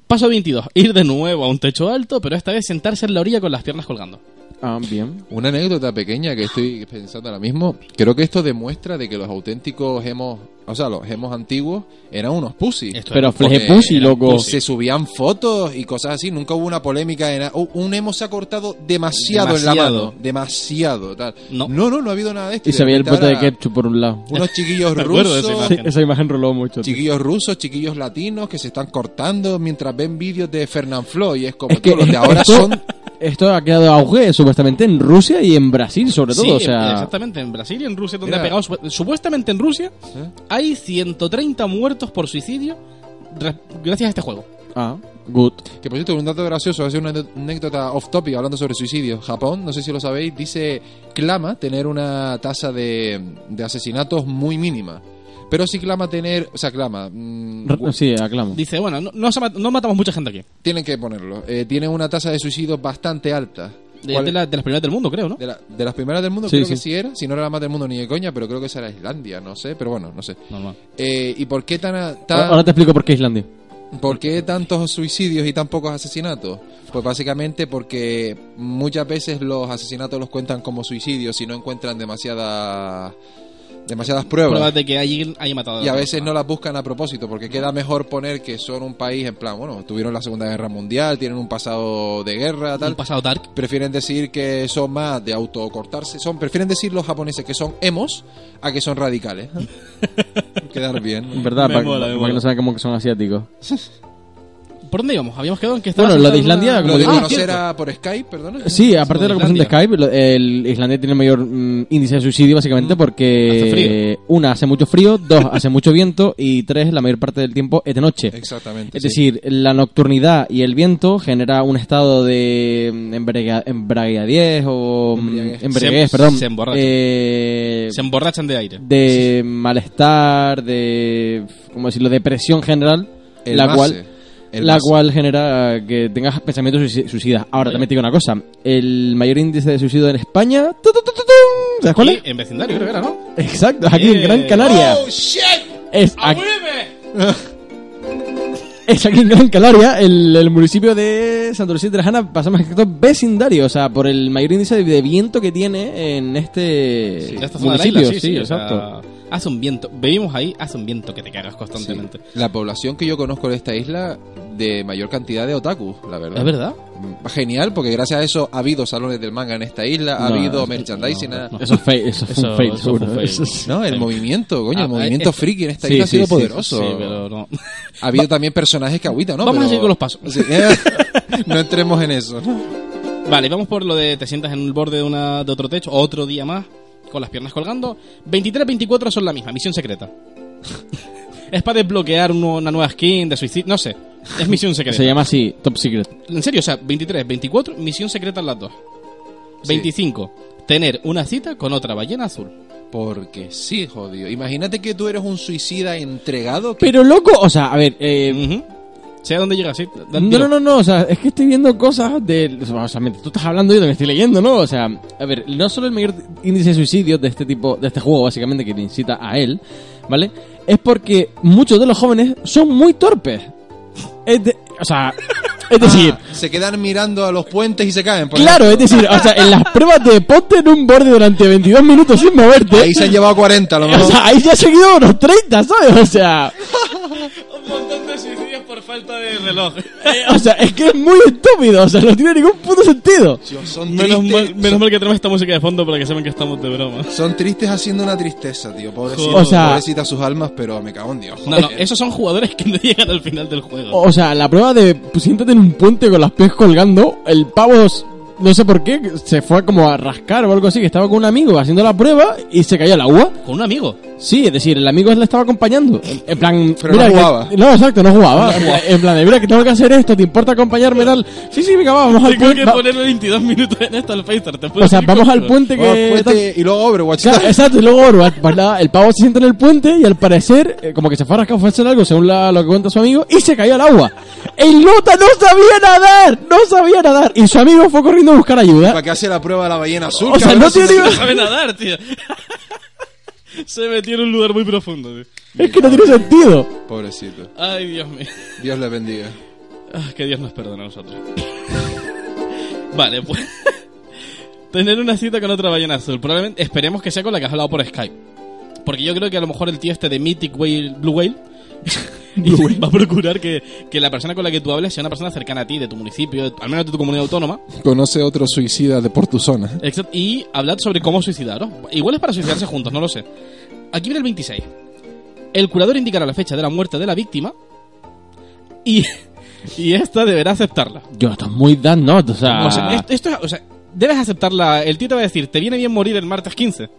D: Paso 22, ir de nuevo a un techo alto, pero esta vez sentarse en la orilla con las piernas colgando.
F: Ah, bien.
E: Una anécdota pequeña que estoy pensando ahora mismo. Creo que esto demuestra de que los auténticos hemos, o sea, los hemos antiguos eran unos pussy.
D: Esto
F: Pero
D: es-
F: fleje
E: Porque
F: pussy,
E: eran
F: loco.
E: pussy. Se subían fotos y cosas así. Nunca hubo una polémica. en "Oh, un hemo se ha cortado demasiado, en la
D: Demasiado.
E: mano. Demasiado. Tal.
D: No.
E: no, no, no ha habido nada de esto.
F: Y se veía el
E: repente
F: bote de
E: ahora
F: ketchup por un lado.
E: Unos chiquillos
D: Me acuerdo de esa
E: rusos.
D: imagen.
F: Esa imagen roló mucho. tío.
E: Chiquillos rusos, chiquillos latinos que se están cortando mientras ven vídeos de Fernand Flo y es como
F: Es que
E: "Tú, los de ahora
F: esto,
E: son
F: esto ha quedado auge supuestamente en Rusia y en Brasil, sobre todo.
D: Sí,
F: o sea,
D: exactamente, en Brasil y en Rusia, donde
E: Mira.
D: ha pegado. supu- Supuestamente en Rusia
E: ¿Eh?
D: hay 130 muertos por suicidio re- gracias a este juego.
F: ah, good.
E: Que por cierto, un dato gracioso, va a ser una anécdota off topic hablando sobre suicidio. Japón, no sé si lo sabéis, dice, clama tener una tasa de, de asesinatos muy mínima. Pero sí clama tener, o sea, clama, mm,
F: R- Sí, aclamo.
D: Dice, bueno, no, no se mat- no matamos mucha gente aquí.
E: tienen que ponerlo, eh, tiene una tasa de suicidios bastante alta.
D: De,
E: ¿Cuál
D: de
E: es?
D: la- de las primeras del mundo, creo, ¿no?
E: De la- de las primeras del mundo,
F: Sí,
E: creo
F: sí.
E: que sí era, si no era la más del mundo ni de coña, pero creo que esa era Islandia, no sé, pero bueno, no sé.
D: Normal.
E: Eh, ¿Y por qué, tan, a- tan-
F: Ahora te explico por qué Islandia.
E: ¿Por qué tantos suicidios y tan pocos asesinatos? Pues básicamente porque muchas veces los asesinatos los cuentan como suicidios si no encuentran demasiadas demasiadas
D: Pruebas
E: pruebas.
D: de que alguien haya matado
E: Y a
D: otra
E: veces
D: persona.
E: no las buscan a propósito porque queda mejor poner que son un país en plan, bueno, tuvieron la Segunda Guerra Mundial, tienen un pasado de guerra,
D: Un
E: tal.
D: pasado dark.
E: Prefieren decir que son más de autocortarse, son prefieren decir los japoneses que son emos a que son radicales. Quedar bien.
F: En verdad,
D: Me
F: para,
D: mola, me
F: para
D: mola.
F: que no sean como que son asiáticos.
D: ¿Por dónde íbamos? Habíamos quedado en que estaba
F: Bueno, lo de
D: sentada en
F: Islandia,
D: una-
E: Lo
F: como
E: de
F: digo-
D: Ah,
E: conocer
D: cierto.
E: a- por Skype, perdona.
F: Sí, aparte de lo que
D: Islandia.
F: presenta Skype, lo- el Islandia tiene mayor mm, índice de suicidio básicamente porque
D: Hace frío.
F: eh, una hace mucho frío, dos hace mucho viento y tres la mayor parte del tiempo es de noche.
E: Exactamente.
F: Es
E: sí.
F: decir, la nocturnidad y el viento genera un estado de mm, embrega- embriaguez o mm,
E: Embriaguez. em-
F: embriaguez,
D: Se-
F: perdón,
D: se emborracha.
F: eh,
D: Se emborrachan de aire.
F: de malestar, de cómo decirlo, depresión general,
E: El
F: la
E: base,
F: cual
E: el
F: la
E: base.
F: cual genera que tengas pensamientos suici- suicidas. Ahora también te digo una cosa, el mayor índice de suicidio en España, tu, tu, tu, tu, tu, ¿sabes cuál
D: Y
F: es?
D: en vecindario, creo que era, ¿no?
F: Exacto, aquí en
D: Yeah.
F: Gran Canaria.
E: Oh, shit.
F: Es aquí, es aquí en Gran Canaria, el, el municipio de Santa Lucía de Trajana pasa más que todo vecindario, o sea, por el mayor índice de, de viento que tiene en este
D: Sí, esta zona de la
F: municipio.
D: isla, sí, sí, o sea,
F: exacto.
D: hace un viento. Vivimos ahí, hace un viento que te cagas constantemente.
E: La población que yo conozco de esta isla de mayor cantidad de otaku, la verdad.
D: ¿Es verdad?
E: Mm, Genial, porque gracias a eso ha habido salones del manga en esta isla, ha
F: No,
E: habido
F: no,
E: merchandising. ha- No,
F: Eso es fake, eso fue
D: Eso-
F: un fake,
D: eso
F: seguro.
D: fue un fake.
F: Eso es-
E: el
D: Sí.
E: movimiento, coño,
D: Ah,
E: el movimiento
D: eh,
E: friki en esta
F: sí,
E: isla ha
F: sí,
E: sido
F: sí,
E: poderoso.
D: Sí, pero no.
E: Ha habido también personajes que agüitan, ¿no?
D: Vamos a
E: Pero-
D: seguir con los pasos.
E: Sí, eh, no entremos en eso.
D: Vale, vamos por lo de te sientas en el borde de, una, de otro techo, otro día más, con las piernas colgando. 23, 24 son la misma, misión secreta. es para desbloquear un nuevo- una nueva skin de suicidio, no sé. Es misión secreta.
F: Se llama así, Top Secret.
D: En serio, o sea, 23, 24, misión secreta en las dos.
E: Sí.
D: 25, tener una cita con otra ballena azul.
E: Porque sí, jodido. Imagínate que tú eres un suicida entregado que
F: Pero loco, o sea, a ver, eh,
D: Ujú. Sé a dónde llega, sí. da el
F: No,
D: tiro.
F: no, no, no, o sea, es que estoy viendo cosas de... O sea, mientras tú estás hablando yo también estoy leyendo, ¿no? O sea, a ver, no solo el mayor índice de suicidios de este tipo, de este juego, básicamente, que te incita a él, ¿vale? Es porque muchos de los jóvenes son muy torpes. Es de- o sea, es decir...
E: Ah, se quedan mirando a los puentes y se caen. por
F: Claro, es
E: ejemplo.
F: decir, o sea, en las pruebas de ponte en un borde durante 22 minutos sin moverte.
E: Ahí se han llevado 40 a lo
F: O
E: mejor.
F: sea, ahí ya he seguido unos 30, ¿sabes? O sea,
D: Un montón de suicidios por falta de reloj.
F: eh, o sea, es que es muy estúpido, o sea, no tiene ningún puto sentido.
E: Tío, son,
D: Menos
E: tristes,
D: mal, menos mal que tenemos esta música de fondo para que sepan que estamos de broma.
E: son tristes haciendo una tristeza, tío. Pobrecita,
F: O sea-
E: pobrecita sus almas, pero me cago en Dios. Eh,
D: No, no, esos son jugadores que no llegan al final del juego.
F: O sea, la prueba de pues, siéntate en un puente con las pies colgando, el pavo, s- no sé por qué, se fue como a rascar o algo así, que estaba con un amigo haciendo la prueba y se cayó al agua.
D: Con un amigo.
F: Sí, es decir, el amigo le estaba acompañando. En plan,
E: Pero no
F: que-
E: jugaba.
F: no, exacto, no jugaba. En plan, de, mira que tengo que hacer esto, ¿te importa acompañarme? Tal? Sí, sí, venga, va, vamos al
D: Tengo
F: puente.
D: que
F: va-
D: ponerle 22 minutos en esto al Facer. te puedo
F: o sea,
D: decir
F: vamos
D: cómo.
F: al puente
E: Vamos al
F: que... tal.
E: puente oh, y luego Overwatch.
F: Claro, exacto, y luego Overwatch, pues nada, el pavo se sienta en el puente y al parecer, eh, como que se fue a rascar fue a hacer algo, según la- lo que cuenta su amigo, y se cayó al agua. El Lota no sabía nadar, no sabía nadar, y su amigo fue corriendo a buscar
E: ¿Para
F: ayuda.
E: que hace la prueba de la ballena azul?
F: O sea,
E: cabrón?
F: no tiene
D: No
F: ningún-
D: sabe nadar, tío. Se metió en un lugar muy profundo, tío.
F: Es que no tiene sentido.
E: Pobrecito.
D: Ay, Dios mío.
E: Dios le bendiga.
D: Ah, que Dios nos perdone a nosotros. vale, pues. Tener una cita con otra ballena azul. Probablemente, esperemos que sea con la que has hablado por Skype. Porque yo creo que a lo mejor el tío este de Mythic Whale, Blue Whale. y va a procurar que, que la persona con la que tú hables sea una persona cercana a ti, de tu municipio, de tu- al menos de tu comunidad autónoma.
E: Conoce otro suicida de por tu zona.
D: Exacto, Y hablad sobre cómo suicidaros. Igual es para suicidarse juntos, no lo sé. Aquí viene el 26. El curador indicará la fecha de la muerte de la víctima y, y esta deberá aceptarla.
F: Yo, esto es muy Dan Not, o sea...
D: O sea,
E: Ah.
D: esto, esto es- o sea, debes aceptarla. El tío te va a decir, te viene bien morir el martes 15.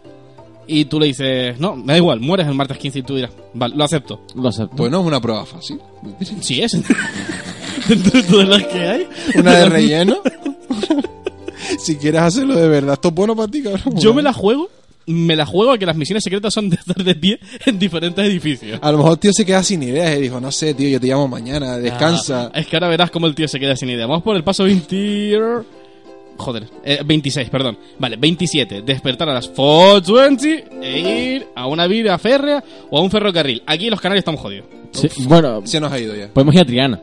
D: Y tú le dices, no, me da igual, mueres el martes 15 y tú dirás, vale, lo acepto.
F: lo acepto.
D: Pues,
E: Bueno, Pues es una prueba fácil.
D: Sí es. Dentro de todas las que hay.
E: Una de relleno. si quieres hacerlo de verdad, esto es bueno para ti, cabrón.
D: Yo me la juego, me la juego a que las misiones secretas son de estar de pie en diferentes edificios.
E: A lo mejor tío se queda sin ideas y dijo, no sé, tío, yo te llamo mañana, descansa.
F: eh.
D: Ah, es que ahora verás cómo el tío se queda sin idea. Vamos por el paso 20. Joder, eh, 26, perdón. Vale, 27. Despertar a las 4.20 e ir a una vía férrea o a un ferrocarril. Aquí en los canarios estamos jodidos.
F: Sí,
D: pues,
F: bueno,
E: Se nos ha ido ya.
F: podemos ir a Triana.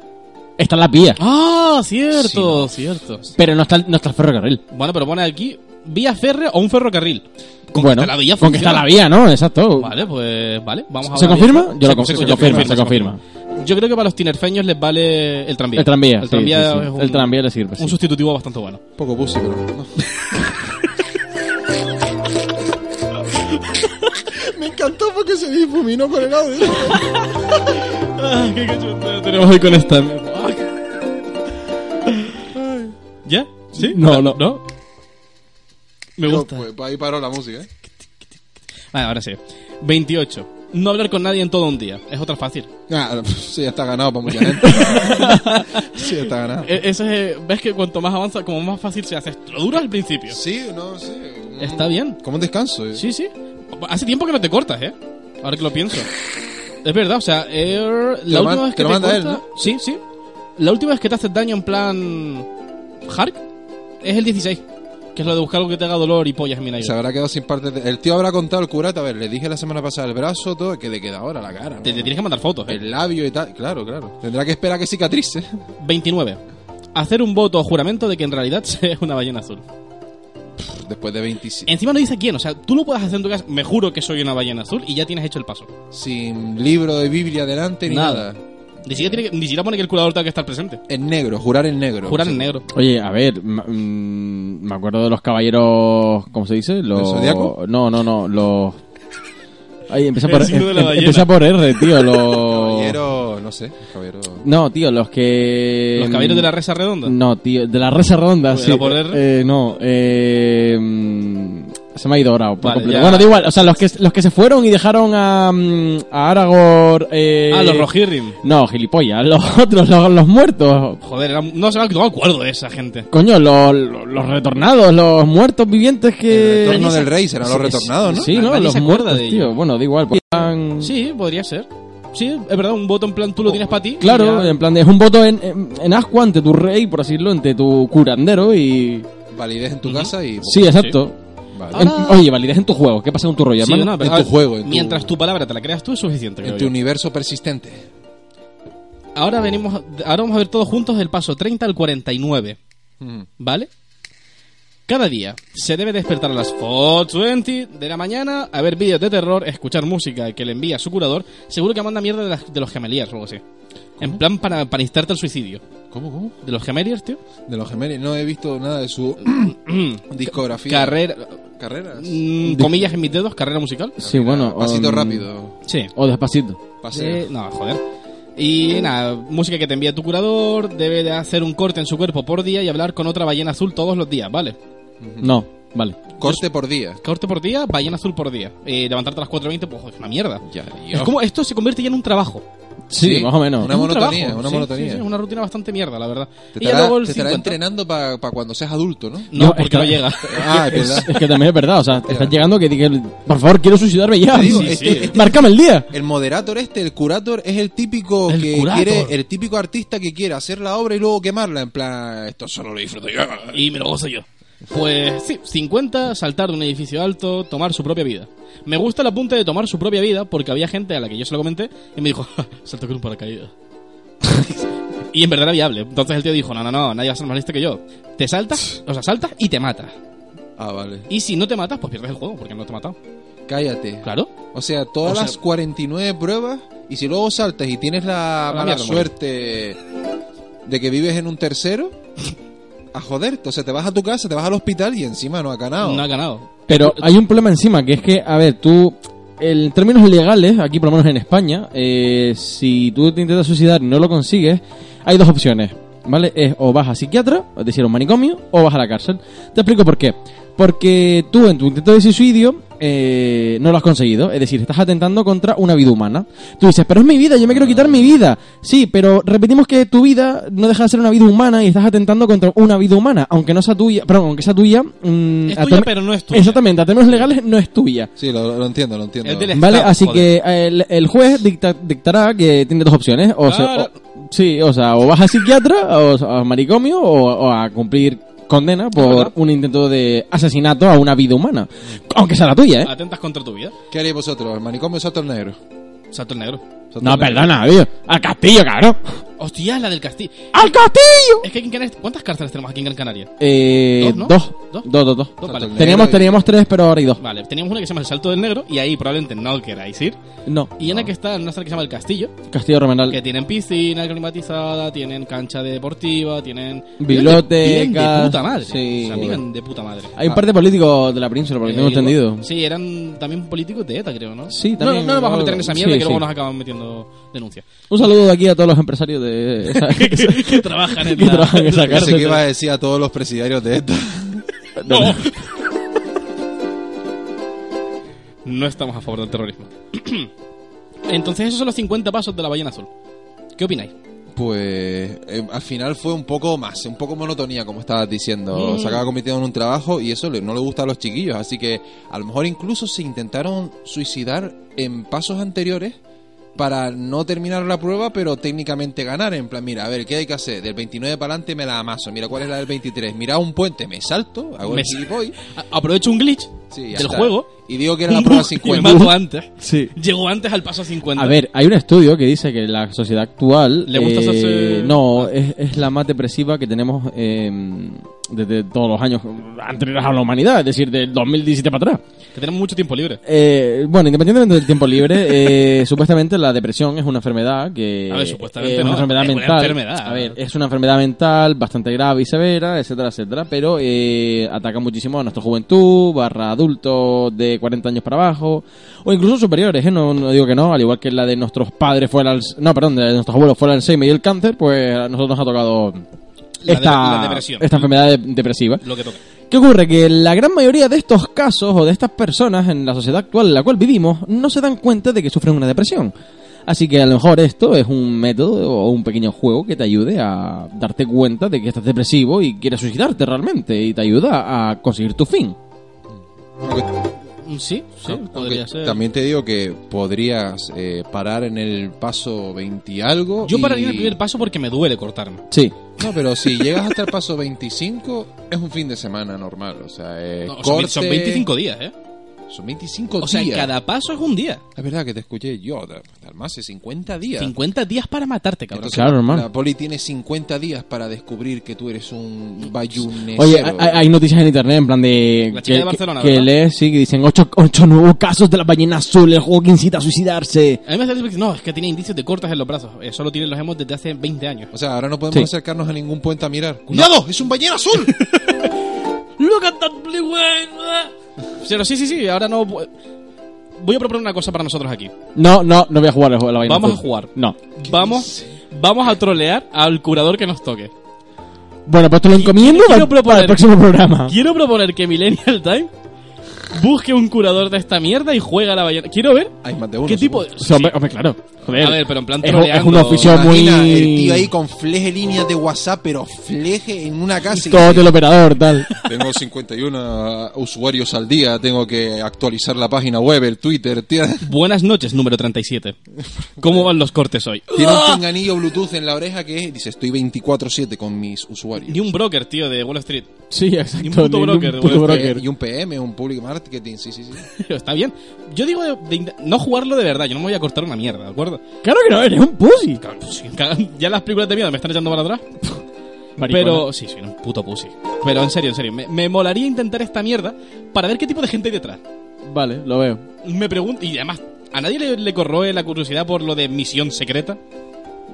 F: Está la pía,
D: Ah, cierto, cierto.
F: pero no está, el- no está el ferrocarril.
D: Bueno, pero pone aquí vía férrea o un ferrocarril. Con que
F: bueno,
D: está la vía
F: con que está
D: funciona.
F: la vía, ¿no? Exacto.
D: Vale, pues vale, vamos a
F: ¿Se
D: una
F: confirma?
D: vía.
F: Yo lo
D: Se-
F: confirmo,
D: se
F: se confirma, se
D: Yo creo que para los tinerfeños les vale el tranvía.
F: El tranvía,
D: El
F: sí,
D: tranvía,
F: sí, sí.
D: es un-
F: El tranvía le sirve, sí.
D: un sustitutivo bastante bueno.
E: Poco pussy, pero no. me encantó porque se difuminó con el audio.
D: Ah, qué cachondeo tenemos hoy con esta. mierda.
F: Ah,
D: ¿Ya? ¿Sí?
F: No, no.
D: ¿No? Me
E: Yo,
D: gusta.
E: pues, ahí paró la música, ¿eh?
D: Vale, Ah, ahora sí. 28. No hablar con nadie en todo un día. Es otra fácil.
E: Ah, sí, ya está ganado para mucha gente. sí, ya está ganado.
D: E- Eso es, eh, ves que cuanto más avanza, como más fácil se hace. Es Lo duro al principio.
E: Sí, no, sí. un-
D: Está bien.
E: Como un descanso, eh.
D: Sí, sí. Hace tiempo que no te cortas, ¿eh? Ahora que lo pienso. Es verdad, o sea, er, la
E: lo man-
D: última vez
E: te
D: que
E: lo
D: te
E: manda
D: cortas...
E: él,
D: Sí, sí. La última vez que te haces daño en plan... Hark es el 16. Que es lo de buscar algo que te haga dolor y pollas en mi
E: Se habrá quedado sin partes. de- El tío habrá contado al curate. A ver, le dije la semana pasada el brazo, todo. Que le queda ahora la cara. ¿no?
D: Te, te tienes que mandar fotos, ¿eh?
E: El labio y tal. Claro, claro. Tendrá que esperar a que cicatrice.
D: 29. Hacer un voto o juramento de que en realidad es una ballena azul.
E: Después de 27.
D: Encima no dice quién, o sea, tú lo puedes hacer en tu casa. Me juro que soy una ballena azul y ya tienes hecho el paso.
E: Sin libro de Biblia delante ni nada.
D: Nada. Ni siquiera, tiene que- ni siquiera pone que el curador tenga que estar presente.
E: En negro, jurar en negro.
D: Jurar
E: O sea,
D: en negro.
F: Oye, a ver, ma- mm, me acuerdo de los caballeros, ¿cómo se dice? Los
E: ¿Del zodiaco?
F: No, no, no, los Ay, empieza
D: El
F: por
D: signo de la
F: em-
D: ballena.
F: empieza por R, tío, los
E: Caballero, no sé. Caballero.
F: No, tío, los que
D: Los caballeros de la reza redonda.
F: No, tío, de la reza redonda,
D: Pues,
F: sí.
D: ¿era por R?
F: Eh, no, eh, mm, se me ha ido ahora por
D: Vale,
F: completo.
D: ya.
F: Bueno, da igual, o sea, los que los que se fueron y dejaron a mm, a Aragorn eh,
D: Ah, los rojirrim.
F: No, gilipollas, los otros, los, los muertos.
D: Joder, era- no, se me- no me acuerdo de esa gente.
F: Coño, los, los, los retornados, los muertos vivientes que...
E: El retorno del rey serán los
F: Sí,
E: retornados, ¿no?
F: Sí, no,
D: Nadie
F: los
D: se acuerda
F: muertos,
D: de
F: tío.
D: ello.
F: Bueno, da igual. pues, eran-
D: Sí, podría ser. sí, es verdad, un voto en plan tú lo tienes para ti.
F: Claro,
E: eh,
D: y ya-
F: en plan de, es un voto en, en, en ascua ante tu rey, por así decirlo, ante tu curandero y...
E: Validez en tu
D: Ujú. Ah,
E: casa y...
F: Sí, exacto.
E: Vale.
F: En- oye, validez en tu juego. ¿Qué pasa con tu rollo,
D: Sí,
F: hermano?
D: no, pero
E: en
D: a
E: tu
D: ver,
E: juego, en tu-
D: mientras tu palabra te la creas tú, es suficiente.
E: En
D: creo
E: tu
D: yo.
E: universo persistente.
D: Ahora venimos, ahora vamos a ver todos juntos el paso 30 al 49,
E: Mm.
D: ¿vale? Cada día se debe despertar a las 4.20 de la mañana, a ver vídeos de terror, escuchar música que le envía su curador, seguro que manda mierda de, las- de los gemeliers o algo así. En plan para, para instarte al suicidio.
E: ¿Cómo, cómo?
D: ¿De los gemeliers, tío?
E: De los gemelos. No he visto nada de su discografía.
D: Carrera...
E: Carreras.
D: mm, comillas en mis dedos, carrera musical.
F: Sí, bueno.
E: Pasito
F: um,
E: rápido.
D: Sí.
F: O despacito.
E: Paseo.
D: De- no, joder. Y nada, música que te envía tu curador, debe de hacer un corte en su cuerpo por día y hablar con otra ballena azul todos los días, ¿vale?
F: No, vale.
E: Corte por día.
D: Corte por día, ballena azul por día. Eh, levantarte a las 4.20, pues joder, es una mierda.
E: Ya,
D: Es como, esto se convierte ya en un trabajo.
F: Sí,
E: Sí,
F: más o menos.
E: Una
D: Es un
E: monotonía, una
D: Sí,
E: monotonía.
D: sí, sí, es una rutina bastante mierda, la verdad.
E: Te
D: y ya
E: estará,
D: luego el
E: te estará
D: 50.
E: entrenando para cuando seas adulto, ¿no?
D: No,
F: No,
D: porque
F: está-
D: no llega.
E: Ah, es verdad.
F: Es que también es verdad, o sea, estás
E: Claro.
F: llegando que dije, por favor, quiero suicidarme ya.
E: Te digo,
D: Sí,
E: este-
D: sí.
E: este-
F: Marcame el día.
E: el moderator este, el curator, es el típico
D: El
E: que
D: curator.
E: quiere, el típico artista que quiere hacer la obra y luego quemarla. En plan, esto solo lo disfruto yo.
D: y me lo gozo yo. Pues sí, 50, saltar de un edificio alto, tomar su propia vida. Me gusta el apunte de tomar su propia vida porque había gente a la que yo se lo comenté y me dijo, "Ja, salto con un paracaídas. y en verdad era viable. Entonces el tío dijo, no, no, no, nadie va a ser más listo que yo. Te saltas, o sea, saltas y te matas.
E: Ah, vale.
D: Y si no te matas, pues pierdes el juego porque no te he matado.
E: Cállate.
D: Claro.
E: O sea, todas
D: O sea-
E: las 49 pruebas y si luego saltas y tienes la
D: la
E: mala
D: mierda,
E: suerte de que vives en un tercero, a joderte. O sea, te vas a tu casa, te vas al hospital y encima no ha ganado.
D: No has ganado.
F: Pero hay un problema encima, que es que, a ver, tú, en términos legales, aquí por lo menos en España, eh, si tú te intentas suicidar y no lo consigues, hay dos opciones, ¿vale? Es o vas a psiquiatra, es decir, a un manicomio, o vas a la cárcel. Te explico por qué. Porque tú en tu intento de suicidio eh, no lo has conseguido, es decir, estás atentando contra una vida humana. Tú dices, pero es mi vida, yo me quiero quitar mi vida. Sí, pero repetimos que tu vida no deja de ser una vida humana y estás atentando contra una vida humana, aunque no sea tuya, perdón, aunque sea tuya. mm,
D: Es
F: a
D: tuya,
F: tu-
D: pero no es tuya.
F: Exactamente, a términos legales no es tuya.
E: Sí, lo, lo entiendo, lo entiendo.
D: Es del
F: Vale,
D: Estado,
F: así
D: joder.
F: que eh, el, el juez dicta- dictará que tiene dos opciones. O sea,
D: Claro.
F: o- sí, o sea, o vas a psiquiatra, o a manicomio, o, o a cumplir condena por un intento de asesinato a una vida humana. Aunque sea la tuya, ¿eh?
D: Atentas contra tu vida.
E: ¿Qué haréis vosotros? ¿El manicomio o salto al negro?
D: Salto el negro.
E: Salto
F: No,
E: al negro.
F: perdona, tío. Al castillo, cabrón.
D: Hostia, la del castillo.
F: ¡Al castillo!
D: Es que aquí en Canarias- ¿cuántas cárceles tenemos aquí en Gran Canaria?
F: Eh,
D: Dos, ¿no?
F: dos,
D: Dos.
F: dos, dos, dos.
D: Dos,
E: Salto al
D: vale.
E: negro
F: Teníamos,
E: y-
F: teníamos tres, pero ahora hay dos.
D: Vale, teníamos una que se llama el Salto del Negro y ahí probablemente no queráis ir.
F: No,
D: Y en la que está, en una sala que se llama El Castillo,
F: Castillo Romenal.
D: que tienen piscina climatizada, tienen cancha deportiva, tienen...
F: Bibliotecas,
D: Viven de, viven de puta madre.
F: sí.
D: O sea, viven de puta madre.
F: Hay un par de políticos de la península, porque tengo
D: Eh,
F: entendido.
D: Sí, eran también políticos de ETA, creo, ¿no?
F: Sí,
D: No,
F: también,
D: No, no nos vamos a meter en esa mierda
F: sí,
D: que luego
F: sí.
D: nos acaban metiendo denuncias.
F: Un saludo de aquí a todos los empresarios de esa-
D: que trabajan en
F: que
D: la...
F: trabajan en esa
E: Pensé
F: cárcel.
E: que iba a decir a todos los presidiarios de ETA.
D: No. No estamos a favor del terrorismo. Entonces esos son los 50 pasos de la ballena azul. ¿Qué opináis?
E: Pues eh, al final fue un poco más, un poco monotonía, como estabas
D: Mm.
E: diciendo. Se acaba convirtiendo en un trabajo y eso le- no le gusta a los chiquillos. Así que a lo mejor incluso se intentaron suicidar en pasos anteriores para no terminar la prueba, pero técnicamente ganar. En plan, mira, a ver, ¿qué hay que hacer? Del 29 para adelante me la amaso. Mira, ¿cuál es la del 23? Mira un puente, me salto, hago
D: Me
E: el
D: sa-
E: gilipoy.
D: A- Aprovecho un glitch
E: Sí, ya
D: del
E: está.
D: juego.
E: Y digo que era la prueba
D: Y me
E: 50.
D: mato antes.
F: Sí.
D: Llegó antes al paso 50.
F: A ver, hay un estudio que dice que la sociedad actual.
D: ¿Le gusta
F: eh,
D: hacerse-
F: No, es, es la más depresiva que tenemos eh, desde todos los años anteriores a la humanidad, es decir, del 2017 para atrás.
D: Que tenemos mucho tiempo libre.
F: Eh, bueno, independientemente del tiempo libre, eh, supuestamente la depresión es una enfermedad que.
D: A ver, supuestamente
F: eh, es
D: no,
F: una enfermedad
D: es una
F: mental.
D: enfermedad.
F: A ver, es una enfermedad mental bastante grave y severa, etcétera, etcétera, pero eh, ataca muchísimo a nuestra juventud, barra adultos de 40 años para abajo, o incluso superiores, ¿eh? no, no digo que no, al igual que la de nuestros padres fue el Alz- No, perdón, de nuestros abuelos fue el Alzheimer y el cáncer, pues a nosotros nos ha tocado.
D: La de-
F: Esta,
D: la depresión.
F: esta enfermedad de- depresiva.
D: Lo que toca.
F: ¿Qué ocurre? Que la gran mayoría de estos casos o de estas personas en la sociedad actual en la cual vivimos no se dan cuenta de que sufren una depresión. Así que a lo mejor esto es un método o un pequeño juego que te ayude a darte cuenta de que estás depresivo y quieres suicidarte realmente y te ayuda a conseguir tu fin.
D: Mm, Sí, sí,
E: Aunque
D: podría ser.
E: También te digo que podrías eh, parar en el paso 20 y algo.
D: Yo
E: y-
D: pararía en el primer paso porque me duele cortarme.
F: Sí.
E: No, pero si llegas hasta el paso 25, es un fin de semana normal. O sea, eh,
D: No, son,
E: corte-
D: ve- son 25 días, ¿eh?
E: Son 25
D: O sea, en
E: días.
D: cada paso es un día.
E: Es verdad que te escuché yo, de- hasta más de 50 días.
D: 50 días para matarte, cabrón.
E: Entonces,
F: Claro, hermano.
E: la poli tiene 50 días para descubrir que tú eres un bayunecero.
F: Oye, hay, hay noticias en internet en plan de.
D: La chica de Barcelona,
F: Que, que
D: ¿verdad?
F: lees, sí, que dicen 8 ocho, ocho nuevos casos de la ballena azul, el juego que incita a suicidarse.
D: A mí me sale- no, es que tiene indicios de cortas en los brazos. Eso lo tienen los hemos desde hace 20 años.
E: O sea, ahora no podemos
F: Sí.
E: acercarnos a ningún puente a mirar. ¡Cuidado! ¡Es un ballena azul!
D: Look at that blue whale. Pero sí, sí, sí, ahora no... pu- Voy a proponer una cosa para nosotros aquí.
F: No, no, no voy a jugar el juego de la ballena
D: Vamos a
F: azul.
D: jugar.
F: No.
D: Vamos, vamos a trolear al curador que nos toque.
F: Bueno, pues te lo encomiendo
D: quiero
F: para, para el
D: proponer-
F: próximo programa.
D: Quiero proponer que Millennial Time busque un curador de esta mierda y juega a la ballena. Quiero ver
E: Hay más de uno.
D: qué tipo...
E: supongo.
F: O sea, hombre,
D: Sí.
F: hombre, claro. Joder.
D: A ver, pero en plan
F: Es, un-
D: troleando.
F: es un oficio muy.
E: Imagina el tío ahí con fleje línea de WhatsApp, pero fleje en una casa. y
F: Todo
E: dice,
F: del operador, tal.
E: Tengo 51 usuarios al día, tengo que actualizar la página web, el Twitter, tía.
D: Buenas noches, número 37. ¿Cómo van los cortes hoy?
E: Tiene un pinganillo Bluetooth en la oreja que dice, estoy 24-7 con mis usuarios.
D: Ni un broker, tío, de Wall Street.
F: Sí, exacto.
D: Ni un puto
F: ni
D: broker,
F: puto
D: bueno,
F: broker.
E: Eh, y un PM, un public marketing, sí, sí, sí.
D: Pero está bien. Yo digo de, de int- no jugarlo de verdad. Yo no me voy a cortar una mierda, ¿de acuerdo?
F: Claro que no, eres un pussy.
D: Cabrón, sí, cagan- Ya las películas de miedo me están echando para atrás. Pero sí, soy un puto pussy. Pero en serio, en serio. Me, me molaría intentar esta mierda para ver qué tipo de gente hay detrás.
F: Vale, lo veo.
D: Me pregunto... Y además, ¿a nadie le, le corroe la curiosidad por lo de misión secreta?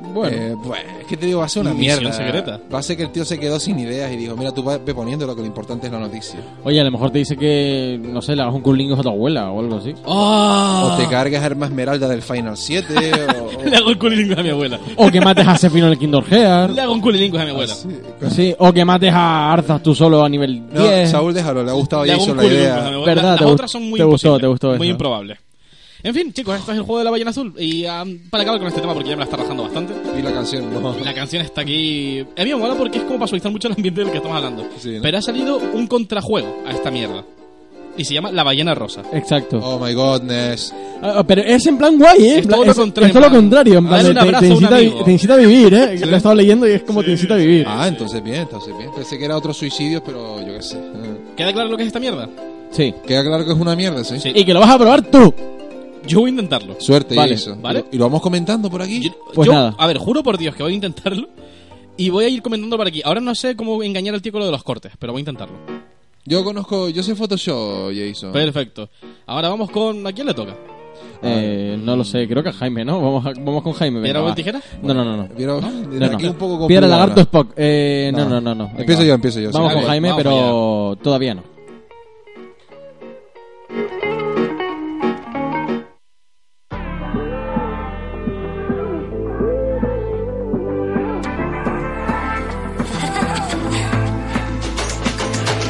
F: Bueno.
E: Eh, bueno, es que te digo, va a ser una
D: Misión
E: mierda.
D: secreta.
E: Va a ser que el tío se quedó sin ideas y dijo, mira, tú vas ve poniendo lo que lo importante es la noticia.
F: Oye, a lo mejor te dice que, no sé, le hagas un curlingo a tu abuela o algo así.
D: ¡Oh!
F: ¡Ah!
E: O te cargas Arma Esmeralda del Final 7, o... o-
D: Le hago el culilingus a mi abuela.
F: O que mates a Sefino en el Kindor Hearts.
D: Le hago un culilingus a mi
E: Ah,
D: abuela.
F: Sí, o que mates a Arzas tú solo a nivel
E: No,
F: 10.
E: Saúl, déjalo, le ha gustado
D: Le
E: ya
D: hago
E: hizo
D: un pues,
E: la
D: culo y un culo.
E: idea.
D: Las-
F: ¿Verdad?
D: Las
F: Te
D: otras
F: gust-
D: son muy
F: te gustó,
D: imposibles,
F: te gustó
D: Muy
F: eso.
D: improbables. En fin, chicos, esto es el juego de la ballena azul. Y am, para acabar con este tema, porque ya me la está rajando bastante.
E: Y la canción, no.
D: La canción está aquí. A mí me mola porque es como para suavizar mucho el ambiente del que estamos hablando.
E: Sí, ¿no?
D: Pero ha salido un contrajuego a esta mierda. Y se llama La ballena rosa.
F: Exacto.
E: Oh my godness.
F: Ah, ah, pero es en plan guay, ¿eh?
D: Es todo
F: En plan-
D: lo
F: es-
D: contrario,
F: es todo lo
D: en plan,
F: contrario. En plan,
D: dale
F: de-
D: un
F: te,
D: abrazo
F: te
D: a un
F: incita, a vi-
D: amigo.
F: te incita a vivir, ¿eh? Lo he estado leyendo y es como te incita a vivir.
E: Ah, entonces bien, entonces bien. Pensé que era otro suicidio, pero yo qué sé. Eh,
D: ¿Queda claro lo que es esta mierda?
F: Sí.
E: Queda claro que es una mierda, ¿sí?
D: Sí. Ah,
F: Y que lo vas a probar tú.
D: Yo voy a intentarlo.
E: Suerte,
F: Vale,
E: eso.
D: vale.
E: Y lo vamos comentando por aquí.
D: Yo-
F: Pues
D: yo-
F: nada.
D: A ver, juro por Dios que voy a intentarlo. Y voy a ir comentando por aquí. Ahora no sé cómo engañar al tío con lo de los cortes, pero voy a intentarlo.
E: Ah. Yo conozco, yo sé Photoshop, Jason.
D: Perfecto. Ahora vamos con. ¿A quién le toca?
F: Eh, no lo sé, creo que a Jaime, ¿no? Vamos, a- vamos con Jaime. venga,
D: ¿Piedra,
F: va.
D: papel, tijera?
F: No, no, no. no.
E: Pero
F: No,
E: desde
F: no.
E: aquí un poco
F: Ah, Piedra,
E: complicado.
F: lagarto, Spock. Eh, no,
E: No.
F: no, no, no. Venga,
E: Empiezo
F: va.
E: yo, empiezo yo, sí.
F: Vamos
E: Dale,
F: con Jaime,
D: vamos
F: pero todavía no.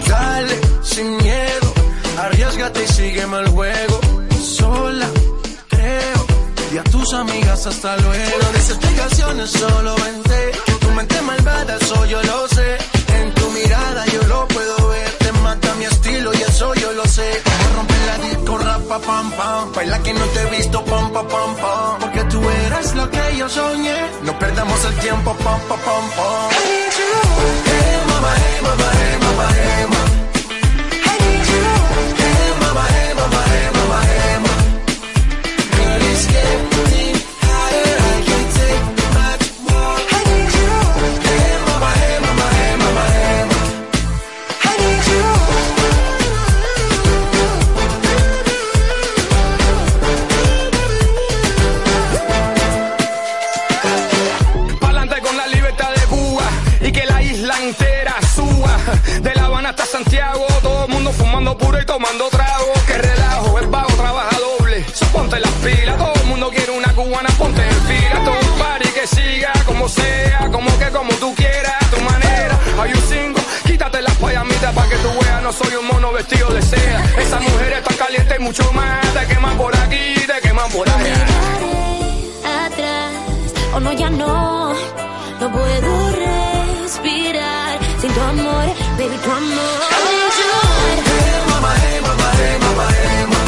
C: Dale, sin miedo, arriesgate y sígueme al juego. Sola, creo, y a tus amigas hasta luego. No des explicaciones, solo vente. Tu mente malvada, eso yo lo sé. En tu mirada yo lo puedo ver. Te mata mi estilo y eso yo lo sé. Como romper la disco, rapa, pam, pam. Baila que no te he visto, pam, pam, pam, pam. Porque tú eras lo que yo soñé. No perdamos el tiempo, pam, pam, pam, pam. Eh, Hey, mama, hey, mama, hey, mama, hey, mama. Hey, mama, hey, mama, hey, mama, hey, mama. Girl, it's getting higher. I can't take much more. Hey, mama, hey, mama, hey, mama, hey, mama.
G: Pa'lante con la libertad de Cuba y que la isla entera suba. De La Habana hasta Santiago, todo el mundo fumando puro y tomando trago. Que relajo, el vago trabaja doble. So, Ponte las pilas, todo el mundo quiere una cubana, ponte en fila. Todo un party que siga como sea, como que como tú quieras, a tu manera. Hay un cinco, quítate las payamitas para que tú veas, no soy un mono vestido de seda. Esas mujeres están calientes y mucho más, te queman por aquí, te queman por allá.
H: atrás. Oh no, ya no, no puedo respirar sin tu amor, baby, tu amor.
C: Hey, mama, hey, mama, hey, mama, hey, mama.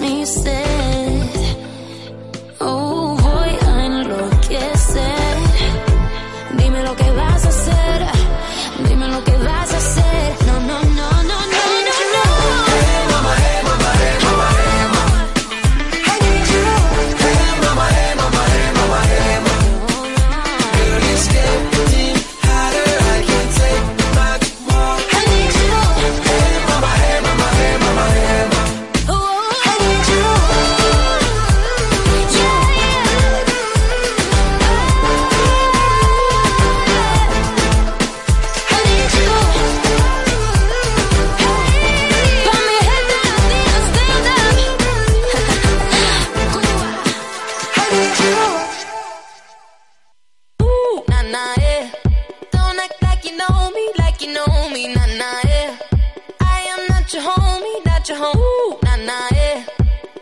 H: mi sed. Oh, voy a enloquecer. Dime lo que vas a hacer. Dime lo que vas a hacer. No, no, no, no, no, no, no. I need you. I need you. Ooh, I need you. Yeah, yeah. I need you. Pa' mi gente latina, stand up. I need you. Ooh, na na yeah. eh. Don't act like you know me, like you know me, eh. na na yeah. I am not your homie, not your homie. Ooh, nah, nah, yeah.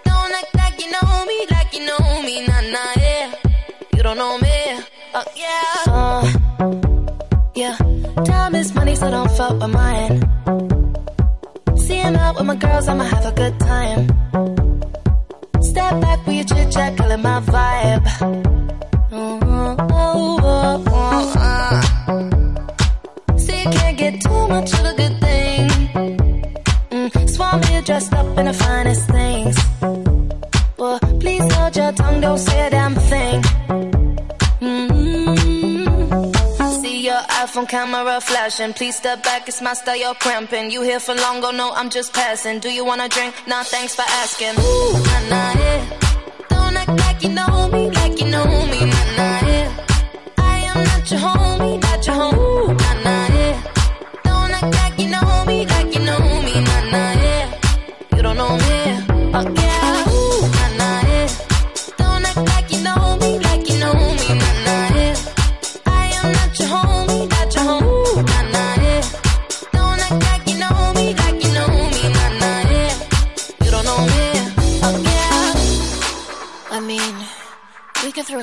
H: Don't act like you know me, like you know me, nah, nah, yeah. You don't know me, oh yeah.
I: Uh, yeah, time is money, so don't fuck with mine. Seeing out with my girls, I'ma have a good time. Step back with your chit chat, killing my vibe. Ooh, oh, oh, oh, uh. See, you can't get too much of a good thing. Mm, swan me dressed up in the finest things. Well, please hold your tongue, don't say a damn thing. Mm. See your iPhone camera flashing. Please step back, it's my style, you're cramping. You here for long, oh no, I'm just passing. Do you wanna drink? Nah, thanks for asking. Ooh, nah, nah, yeah. Don't act like you know me, like you know me, nah, nah, yeah. I am not your homie, not your homie. Ooh, nah, nah, yeah. Don't act like you know me, like you know me, nah, nah, yeah. You don't know me, oh yeah. Ooh, nah, nah, yeah. Don't act like you know me, like you know me, nah, nah, yeah. I am not your homie, not your homie. Ooh, nah, nah, yeah. Don't act like you know me, like you know me, nah, nah, yeah. You don't know me, oh yeah.
J: I mean, we can throw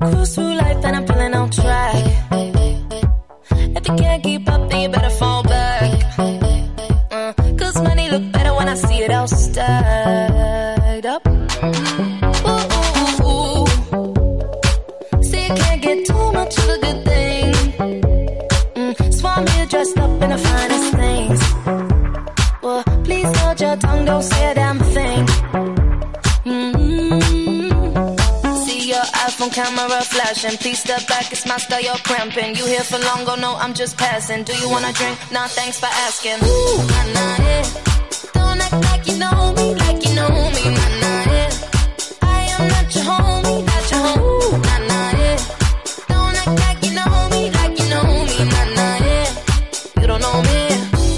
I: Cruise through life and I'm feeling on track. If you can't keep up, then you better fall back. Uh, Cause money look better when I see it all stacked up. Ooh, ooh, ooh, ooh. See, you can't get too much of a good thing. Mm, swan me dressed up in the finest things. Well, please hold your tongue, don't say a damn thing. Mm. See your iPhone camera flashing. Please step back, it's my style, you're cramping. You here for long, oh no, I'm just passing. Do you wanna drink? Nah, thanks for asking. Ooh, nah, nah, yeah. Don't act like you know me, like you know me, nah, nah, yeah. I am not your homie, not your homie. Ooh, nah, nah, yeah. Don't act like you know me, like you know me, nah, nah, yeah. You don't know me,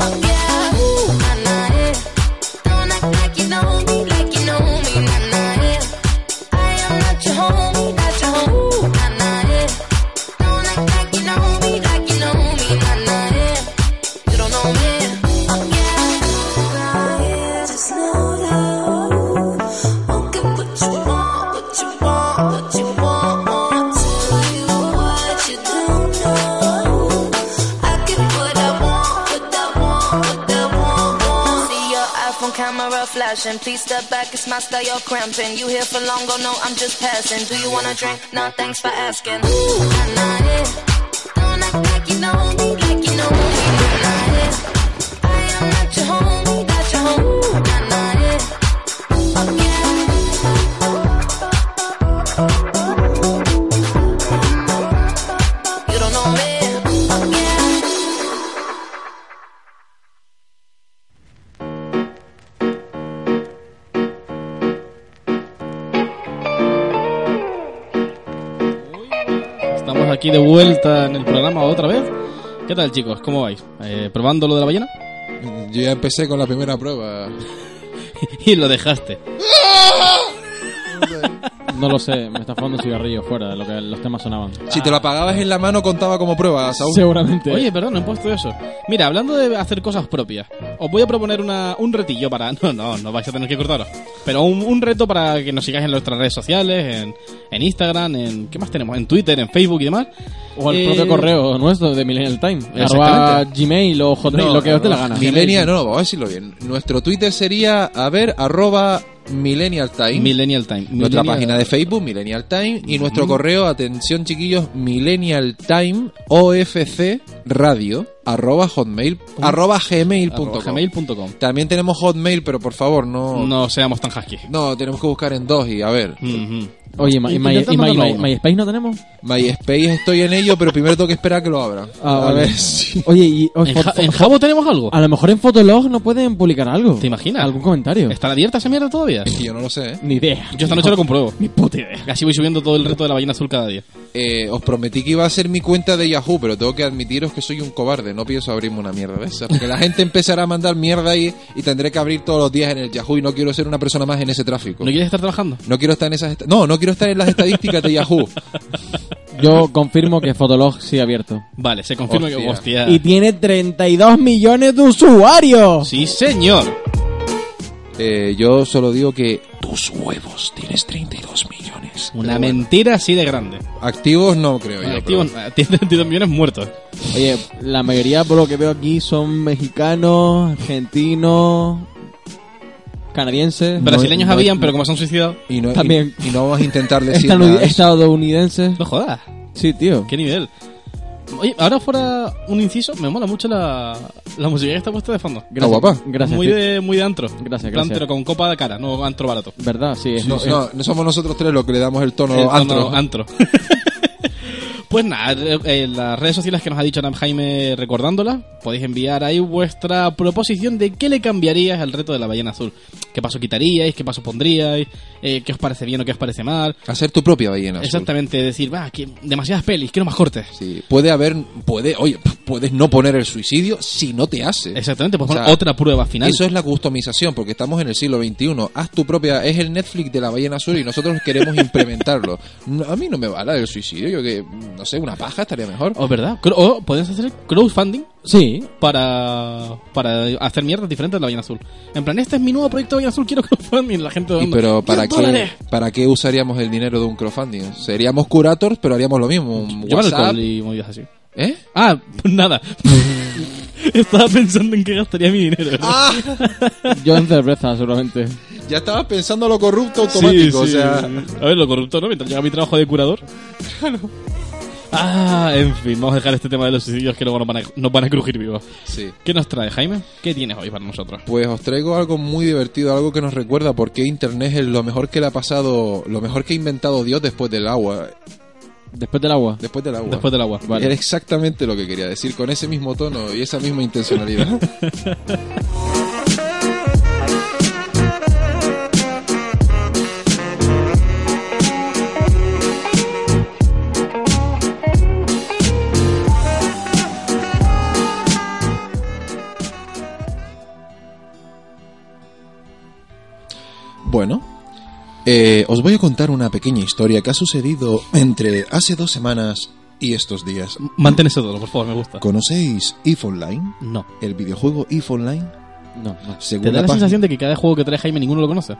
I: oh yeah. Ooh, nah, nah, yeah. Don't act like you know me, like you know me, nah, nah, yeah. I am not your homie, not your homie. Ooh, nah, nah, yeah. Don't act like you know me, like you know me, nah, nah, yeah. You don't know me, oh yeah. Just know that I can put you on, what you want, what you want. Tell you what you don't know. I can put I want, what I want, what I want, want. See your iPhone camera flashing. Please step back, it's my style, you're cramping. You here for long, oh no, I'm just passing. Do you wanna drink? Nah, thanks for asking. Ooh, nah, nah, yeah. Don't act like you know me, like you know me. Nah, nah, yeah. I am not your homie, not your homie. Ooh, nah, nah, yeah. Oh, yeah. You don't know me, oh yeah.
D: Estamos aquí de vuelta en el programa otra vez. ¿Qué tal, chicos? ¿Cómo vais? Eh, ¿Probando lo de la ballena?
E: Yo ya empecé con la primera prueba.
D: y lo dejaste.
F: No lo sé, me está fumando un cigarrillo fuera de lo que los temas sonaban.
E: Si te la pagabas en la mano, contaba como prueba, Saúl.
F: Seguramente.
D: Oye, perdón, no he puesto eso. Mira, hablando de hacer cosas propias, os voy a proponer una, un retillo para. No, no, no vais a tener que cortaros. Pero un, un reto para que nos sigáis en nuestras redes sociales, en, en en Instagram, en ¿qué más tenemos? En Twitter, en Facebook y demás.
F: O al
D: Eh,
F: propio correo nuestro de Millennial Time. Arroba
D: Exactamente.
F: Gmail o Hotmail, lo que os dé la gana.
E: Millennial, no, no, vamos a decirlo bien. Nuestro Twitter sería, a ver, arroba Millennial Time.
D: Millennial Time.
E: nuestra
D: Millennial-
E: página de Facebook, Millennial Time. Y nuestro correo, atención chiquillos, Millennial Time OFC Radio, arroba hotmail, arroba gmail.com.
D: arroba gmail.com.
E: También tenemos hotmail, pero por favor, no. No,
D: No seamos tan husky.
E: tenemos que buscar en dos y a ver.
D: Mhm.
F: Oye, ma- y My-
D: Intentad
F: y My-
D: mandarlo a
F: My-
D: uno.
F: MySpace no tenemos.
E: MySpace estoy en ello, pero primero tengo que esperar a que lo abra.
F: Ah,
E: a
F: vale.
E: ver si.
F: Oye, y oh,
D: ¿En,
F: fo-
D: Ja-
F: fo-
D: en Jabo tenemos algo?
F: a lo mejor en Fotolog no pueden publicar algo.
D: ¿Te imaginas?
F: Algún comentario.
D: ¿Está abierta esa mierda todavía?
E: Yo no lo sé, ¿eh?
F: Ni idea.
D: Yo esta noche lo compruebo. Mi puta idea. Así voy subiendo todo el reto de la ballena azul cada día.
E: Eh, Os prometí que iba a ser mi cuenta de Yahoo, pero tengo que admitiros que soy un cobarde. No pienso abrirme una mierda de esas. Porque la gente empezará a mandar mierda ahí y tendré que abrir todos los días en el Yahoo y no quiero ser una persona más en ese tráfico.
D: ¿No quieres estar trabajando?
E: No quiero estar en esas. est- No, no quiero estar en las estadísticas de Yahoo.
F: Yo confirmo que Fotolog sigue abierto.
D: Vale, se confirma que.
E: Hostia.
D: Hostia.
F: Y tiene 32 millones de usuarios.
D: Sí, señor.
E: Eh, yo solo digo que tus huevos tienes 32 millones.
D: Una mentira así de grande.
E: Activos no creo yo.
D: Bueno, activo-
E: pero-
D: eh, Tiene 32 millones muertos.
F: Oye, la mayoría por lo que veo aquí son mexicanos, argentinos, canadienses,
D: Brasileños
E: no-
D: habían,
E: no-
D: pero como se han suicidado.
E: Y no,
F: También.
E: Y, y no vamos a intentar decir
F: estadou-
E: nada.
F: estadounidenses.
D: No jodas.
F: Sí, tío.
D: Qué nivel. Oye, ahora fuera un inciso, me mola mucho la, la música que está puesta de fondo.
E: Ah, guapa.
F: Gracias.
D: muy,
F: tío.
D: de, muy de antro.
F: Gracias,
D: En plan,
F: gracias.
D: Pero con copa de cara, no antro barato.
F: ¿Verdad? Sí, es-
E: No,
F: es-
E: no, no somos nosotros tres los que le damos el tono
D: Eh, no,
E: antro.
D: no, antro. Pues nada, eh, eh, las redes sociales que nos ha dicho Nam Jaime recordándolas, podéis enviar ahí vuestra proposición de qué le cambiarías al reto de la ballena azul. ¿Qué paso quitaríais? ¿Qué paso pondríais? Eh, ¿Qué os parece bien o qué os parece mal?
E: Hacer tu propia ballena. azul.
D: Exactamente, decir, va, que demasiadas pelis, quiero más cortes.
E: Sí, puede haber, puede, oye, puedes no poner el suicidio si no te hace.
D: Exactamente, pues
E: O sea,
D: poner otra prueba final.
E: Eso es la customización, porque estamos en el siglo XXI. Haz tu propia. Es el Netflix de la ballena azul y nosotros queremos implementarlo. No, a mí no me va la del suicidio. Yo que, no sé, una paja estaría mejor.
D: O es verdad. Cro- O podéis hacer crowdfunding
F: sí.
D: para, para hacer mierdas diferentes de la Ballena Azul. En plan, este es mi nuevo proyecto de Ballena Azul, quiero crowdfunding. La gente
E: Y
D: donde.
E: pero ¿para qué,
D: dólares!
E: ¿para qué usaríamos el dinero de un crowdfunding? Seríamos curators, pero haríamos lo mismo. Un
D: Yo me
E: WhatsApp.
D: alcohol y movidas así.
E: ¿Eh?
D: Ah, pues nada. Estaba pensando en qué gastaría mi dinero.
E: ¡Ah!
F: Yo en cerveza, seguramente.
E: Ya estabas pensando lo corrupto
D: Sí,
E: automático.
D: sí,
E: o sea,
D: sí. A ver, lo corrupto, ¿no? Mientras llega mi trabajo de curador. Ah, en fin, vamos a dejar este tema de los suicidios que luego nos van a, nos van a crujir vivos.
E: sí.
D: ¿Qué nos trae, Jaime? ¿Qué tienes hoy para nosotros?
E: Pues os traigo algo muy divertido, algo que nos recuerda por qué Internet es lo mejor que le ha pasado, lo mejor que ha inventado Dios después del agua.
F: Después del agua.
E: Después del agua.
D: Después del agua. Vale.
E: Era exactamente lo que quería decir, con ese mismo tono y esa misma intencionalidad. Bueno, eh, os voy a contar una pequeña historia que ha sucedido entre hace dos semanas y estos días.
D: Mantén eso todo, por favor, me gusta.
E: ¿Conocéis If Online?
D: No.
E: ¿El videojuego If Online?
F: No, no.
E: Según
D: Ah, ¿Te da la
E: página-
D: sensación de que cada juego que trae Jaime ninguno lo conoce?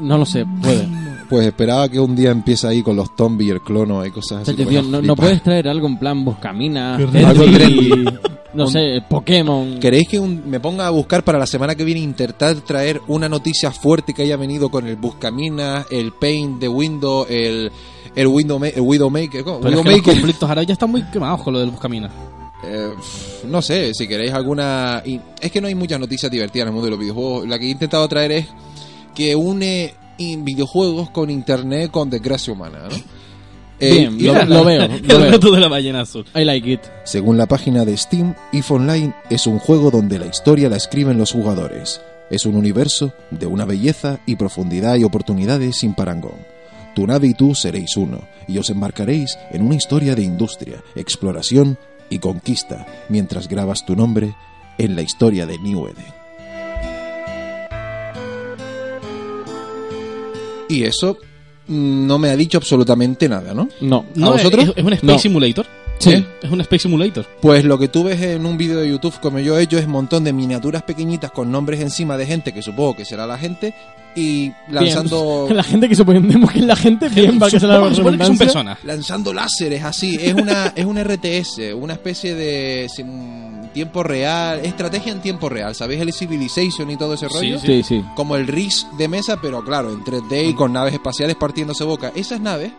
F: No lo sé, puede.
E: Pues esperaba que un día empiece ahí con los zombies, el clono y cosas así.
F: Chacho,
E: que
F: tío,
E: vaya
F: no,
E: a
F: no
E: flipar.
F: puedes traer algo en plan Buscamina,
D: Correcto.
E: Algo
F: Tetris,
E: trendy.
F: no sé, Pokémon.
E: ¿Queréis que un- me ponga a buscar para la semana que viene intentar traer una noticia fuerte que haya venido con el Buscaminas, el Paint de Windows, el, el, Window, el Widowmaker? ¿cómo?
D: Pero es que los
E: Widowmaker.
D: conflictos ahora ya están muy quemados con lo del Buscamina.
E: Eh, pff, no sé, si queréis alguna... y- Es que no hay muchas noticias divertidas en el mundo de los videojuegos. La que he intentado traer es que une in- videojuegos con internet con desgracia humana, ¿no? Eh,
F: Bien,
E: y-
F: lo, lo veo, lo
D: El
F: veo.
D: reto de la ballena azul.
F: I like it.
E: Según la página de Steam, If Online es un juego donde la historia la escriben los jugadores. Es un universo de una belleza y profundidad y oportunidades sin parangón. Tu nave y tú seréis uno, y os embarcaréis en una historia de industria, exploración y conquista, mientras grabas tu nombre en la historia de New Eden. Y eso mm, no me ha dicho absolutamente nada, ¿no?
F: No.
D: No,
E: vosotros?
D: Es, es un Space
F: No.
D: Simulator.
F: Sí.
D: ¿Eh? Es un Space Simulator.
E: Pues lo que tú ves en un vídeo de YouTube, como yo he hecho, es un montón de miniaturas pequeñitas con nombres encima de gente que supongo que será la gente, y lanzando
F: La gente que suponemos que es la gente, bien, para que se la
D: Vamos a suponer que son
F: redundancia.
D: personas.
E: lanzando láseres así. Es una es un RTS, una especie de sim- tiempo real, estrategia en tiempo real. ¿Sabéis el Civilization y todo ese
D: Sí,
E: rollo?
F: Sí, sí.
E: Como el RIS de mesa, pero claro, en 3D y con naves espaciales partiéndose boca. Esas naves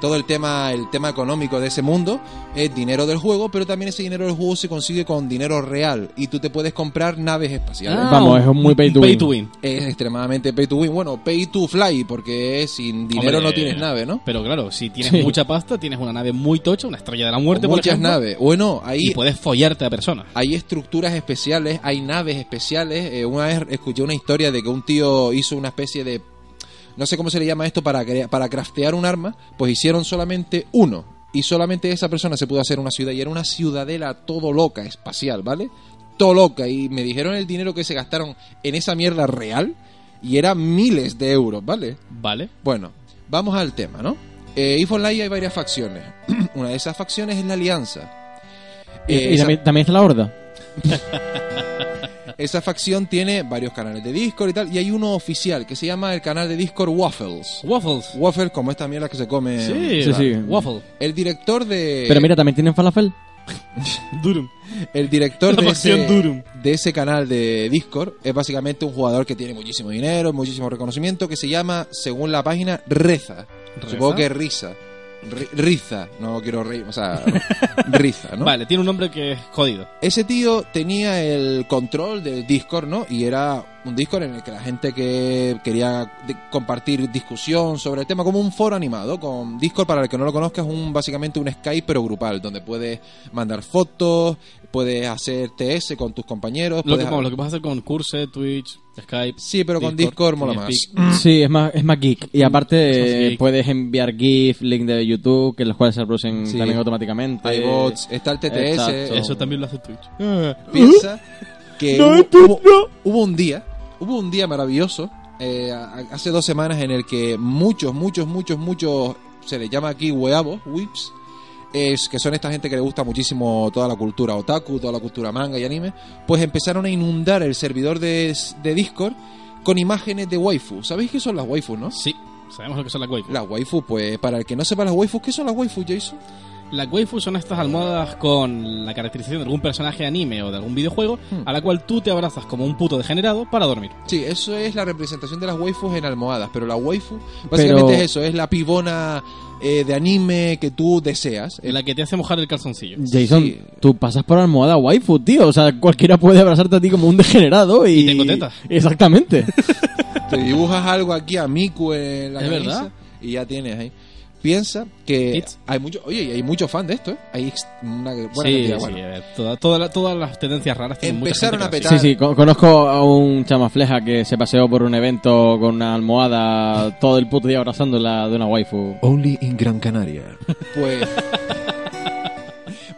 E: todo el tema el tema económico de ese mundo es dinero del juego, pero también ese dinero del juego se consigue con dinero real y tú te puedes comprar naves espaciales.
F: Ah, Vamos, es un muy pay to win.
E: Es extremadamente pay to win. Bueno, pay to fly, porque sin dinero
D: Hombre,
E: no tienes nave, ¿no?
D: Pero claro, si tienes
F: Sí.
D: mucha pasta, tienes una nave muy tocha, una estrella de la muerte, por
E: Muchas
D: ejemplo,
E: naves. Bueno, ahí
D: Y puedes follarte a personas.
E: hay estructuras especiales, hay naves especiales. Eh, una vez escuché una historia de que un tío hizo una especie de. No sé cómo se le llama esto para, crea- para craftear un arma. Pues hicieron solamente uno. Y solamente esa persona se pudo hacer una ciudad. Y era una ciudadela todo loca, espacial, ¿vale? Todo loca. Y me dijeron el dinero que se gastaron en esa mierda real. Y era miles de euros, ¿vale?
D: Vale.
E: Bueno, vamos al tema, ¿no? Eh, If Online hay varias facciones. Una de esas facciones es la Alianza.
F: Y,
E: Eh,
F: y
E: esa-
F: también, también está la horda.
E: esa facción tiene varios canales de Discord y tal, y hay uno oficial que se llama el canal de Discord Waffles.
D: Waffles.
E: Waffles Eh, como esta mierda que se come.
D: Sí,
F: Sí, sí.
D: Waffle.
E: El director de.
F: Pero mira, también tienen falafel.
D: Durum.
E: El director
D: La
E: de ese,
D: facción Durum.
E: de ese canal de Discord es básicamente un jugador que tiene muchísimo dinero, muchísimo reconocimiento, que se llama, según la página, Reza.
D: ¿Reza?
E: Supongo que Risa. Ri- Riza. No quiero reír, o sea, Riza, ¿no?
D: Vale, tiene un nombre que es jodido.
E: ese tío tenía el control del Discord, ¿no? Y era un Discord en el que la gente que quería de- compartir discusión sobre el tema, como un foro animado, con Discord, para el que no lo conozca, es un, básicamente un Skype, pero grupal, donde puedes mandar fotos, puedes hacer TS con tus compañeros.
D: Lo que,
E: puedes-
D: vamos, lo que vas a hacer con Curse, Twitch, Skype.
E: Sí, pero con Discord mola más.
D: Teamspeak.
F: Sí, es más, es más geek.
E: Mm.
F: Y
D: Es más
F: aparte eh,
D: geek.
F: puedes enviar GIF, link de YouTube, que los cuales se reproducen
E: Sí.
F: también automáticamente.
E: Hay bots, E está el TTS.
F: Exacto.
D: Eso también lo hace Twitch.
E: piensa que hubo, hubo- hubo un día, hubo un día maravilloso, eh, a- hace dos semanas en el que muchos, muchos, muchos, muchos, se les llama aquí hueavos, whips, es que son esta gente que le gusta muchísimo toda la cultura otaku, toda la cultura manga y anime, pues empezaron a inundar el servidor de, de Discord con imágenes de waifu. ¿Sabéis qué son las waifus, no?
D: Sí, sabemos lo que son las waifus.
E: Las waifu, pues para el que no sepa las waifus, ¿qué son las waifus, Jason?
D: Las waifus son estas almohadas con la caracterización de algún personaje de anime o de algún videojuego
E: Hmm.
D: a la cual tú te abrazas como un puto degenerado para dormir.
E: Sí, eso es la representación de las waifus en almohadas, pero la waifu básicamente
F: Pero-
E: es eso, es la pibona eh, de anime que tú deseas.
D: En la que te hace mojar el calzoncillo.
F: Jason,
E: Sí.
F: tú pasas por almohada waifu, tío. O sea, cualquiera puede abrazarte a ti como un degenerado y...
D: Y tengo tetas.
F: Exactamente.
E: Te dibujas algo aquí a Miku en la
D: ¿Es
E: camisa
D: verdad?
E: y ya tienes ahí. Piensa que
D: Kids.
E: hay mucho, oye, y hay muchos fans de esto, ¿eh? Hay ex- una buena
D: sí,
E: cantidad,
D: sí,
E: bueno.
D: a ver, toda- toda la- todas las tendencias raras tienen mucha
E: Empezaron
D: gente
E: a
D: que las
E: petar.
F: sí, sí, con- conozco a un chamafleja que se paseó por un evento con una almohada todo el puto día abrazándola de una waifu.
E: Only in Gran Canaria. Pues.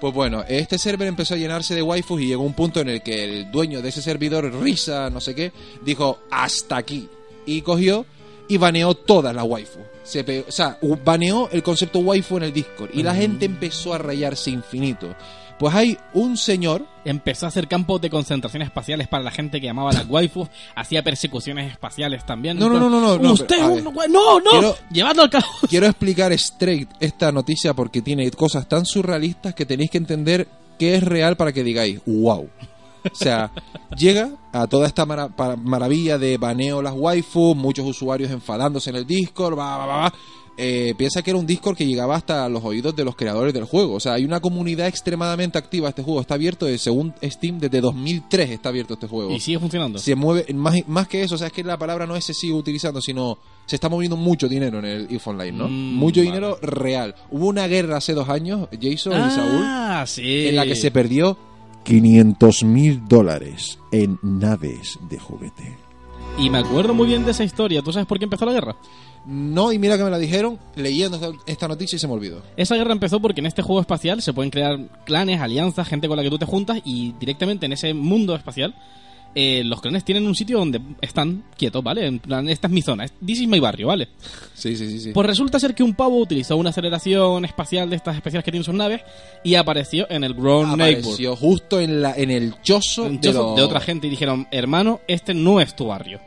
E: Pues bueno, este server empezó a llenarse de waifus y llegó un punto en el que el dueño de ese servidor, Risa, no sé qué, dijo hasta aquí. Y cogió y baneó todas las waifus. Se pe- O sea, u- baneó el concepto waifu en el Discord. Y la gente empezó a rayarse infinito. Pues hay un señor
D: Empezó a hacer campos de concentración espaciales para la gente que llamaba a las waifus, hacía persecuciones espaciales también.
E: No, no, no, no, no, no,
D: Usted
E: pero, a
D: es un
E: ver.
D: wa- no, no,
E: Quiero-
D: llevando al caos.
E: quiero explicar straight esta noticia porque tiene cosas tan surrealistas que tenéis que entender qué es real para que digáis, wow. O sea, llega a toda esta mara- para- maravilla de baneo las waifu, muchos usuarios enfadándose en el Discord, va, va, va, va. Eh, piensa que era un Discord que llegaba hasta los oídos de los creadores del juego. O sea, hay una comunidad extremadamente activa. Este juego está abierto, eh, según Steam, desde 2003 está abierto este juego
D: Y sigue funcionando.
E: se mueve más, más que eso, o sea, es que la palabra no es se sigue utilizando, sino se está moviendo mucho dinero en el IF Online, ¿no?
D: Mm,
E: mucho
D: vale.
E: dinero real. Hubo una guerra hace dos años, Jason y Saúl,
D: ah, sí.
E: en la que se perdió 500 mil dólares en naves de juguete.
D: Y me acuerdo muy bien de esa historia. ¿Tú sabes por qué empezó la guerra?
E: No, y mira que me la dijeron leyendo esta- esta noticia y se me olvidó.
D: Esa guerra empezó porque en este juego espacial se pueden crear clanes, alianzas, gente con la que tú te juntas y directamente en ese mundo espacial eh, los clanes tienen un sitio donde están quietos, ¿vale? En plan, esta es mi zona, es- this is my barrio, ¿vale?
E: Sí, sí, sí, sí.
D: Pues resulta ser que un pavo utilizó una aceleración espacial de estas especiales que tienen sus naves y apareció en el Ground Neighbor.
E: Apareció justo en, la, en el chozo,
D: Un
E: de,
D: chozo
E: los-
D: de otra gente y dijeron, hermano, este no es tu barrio.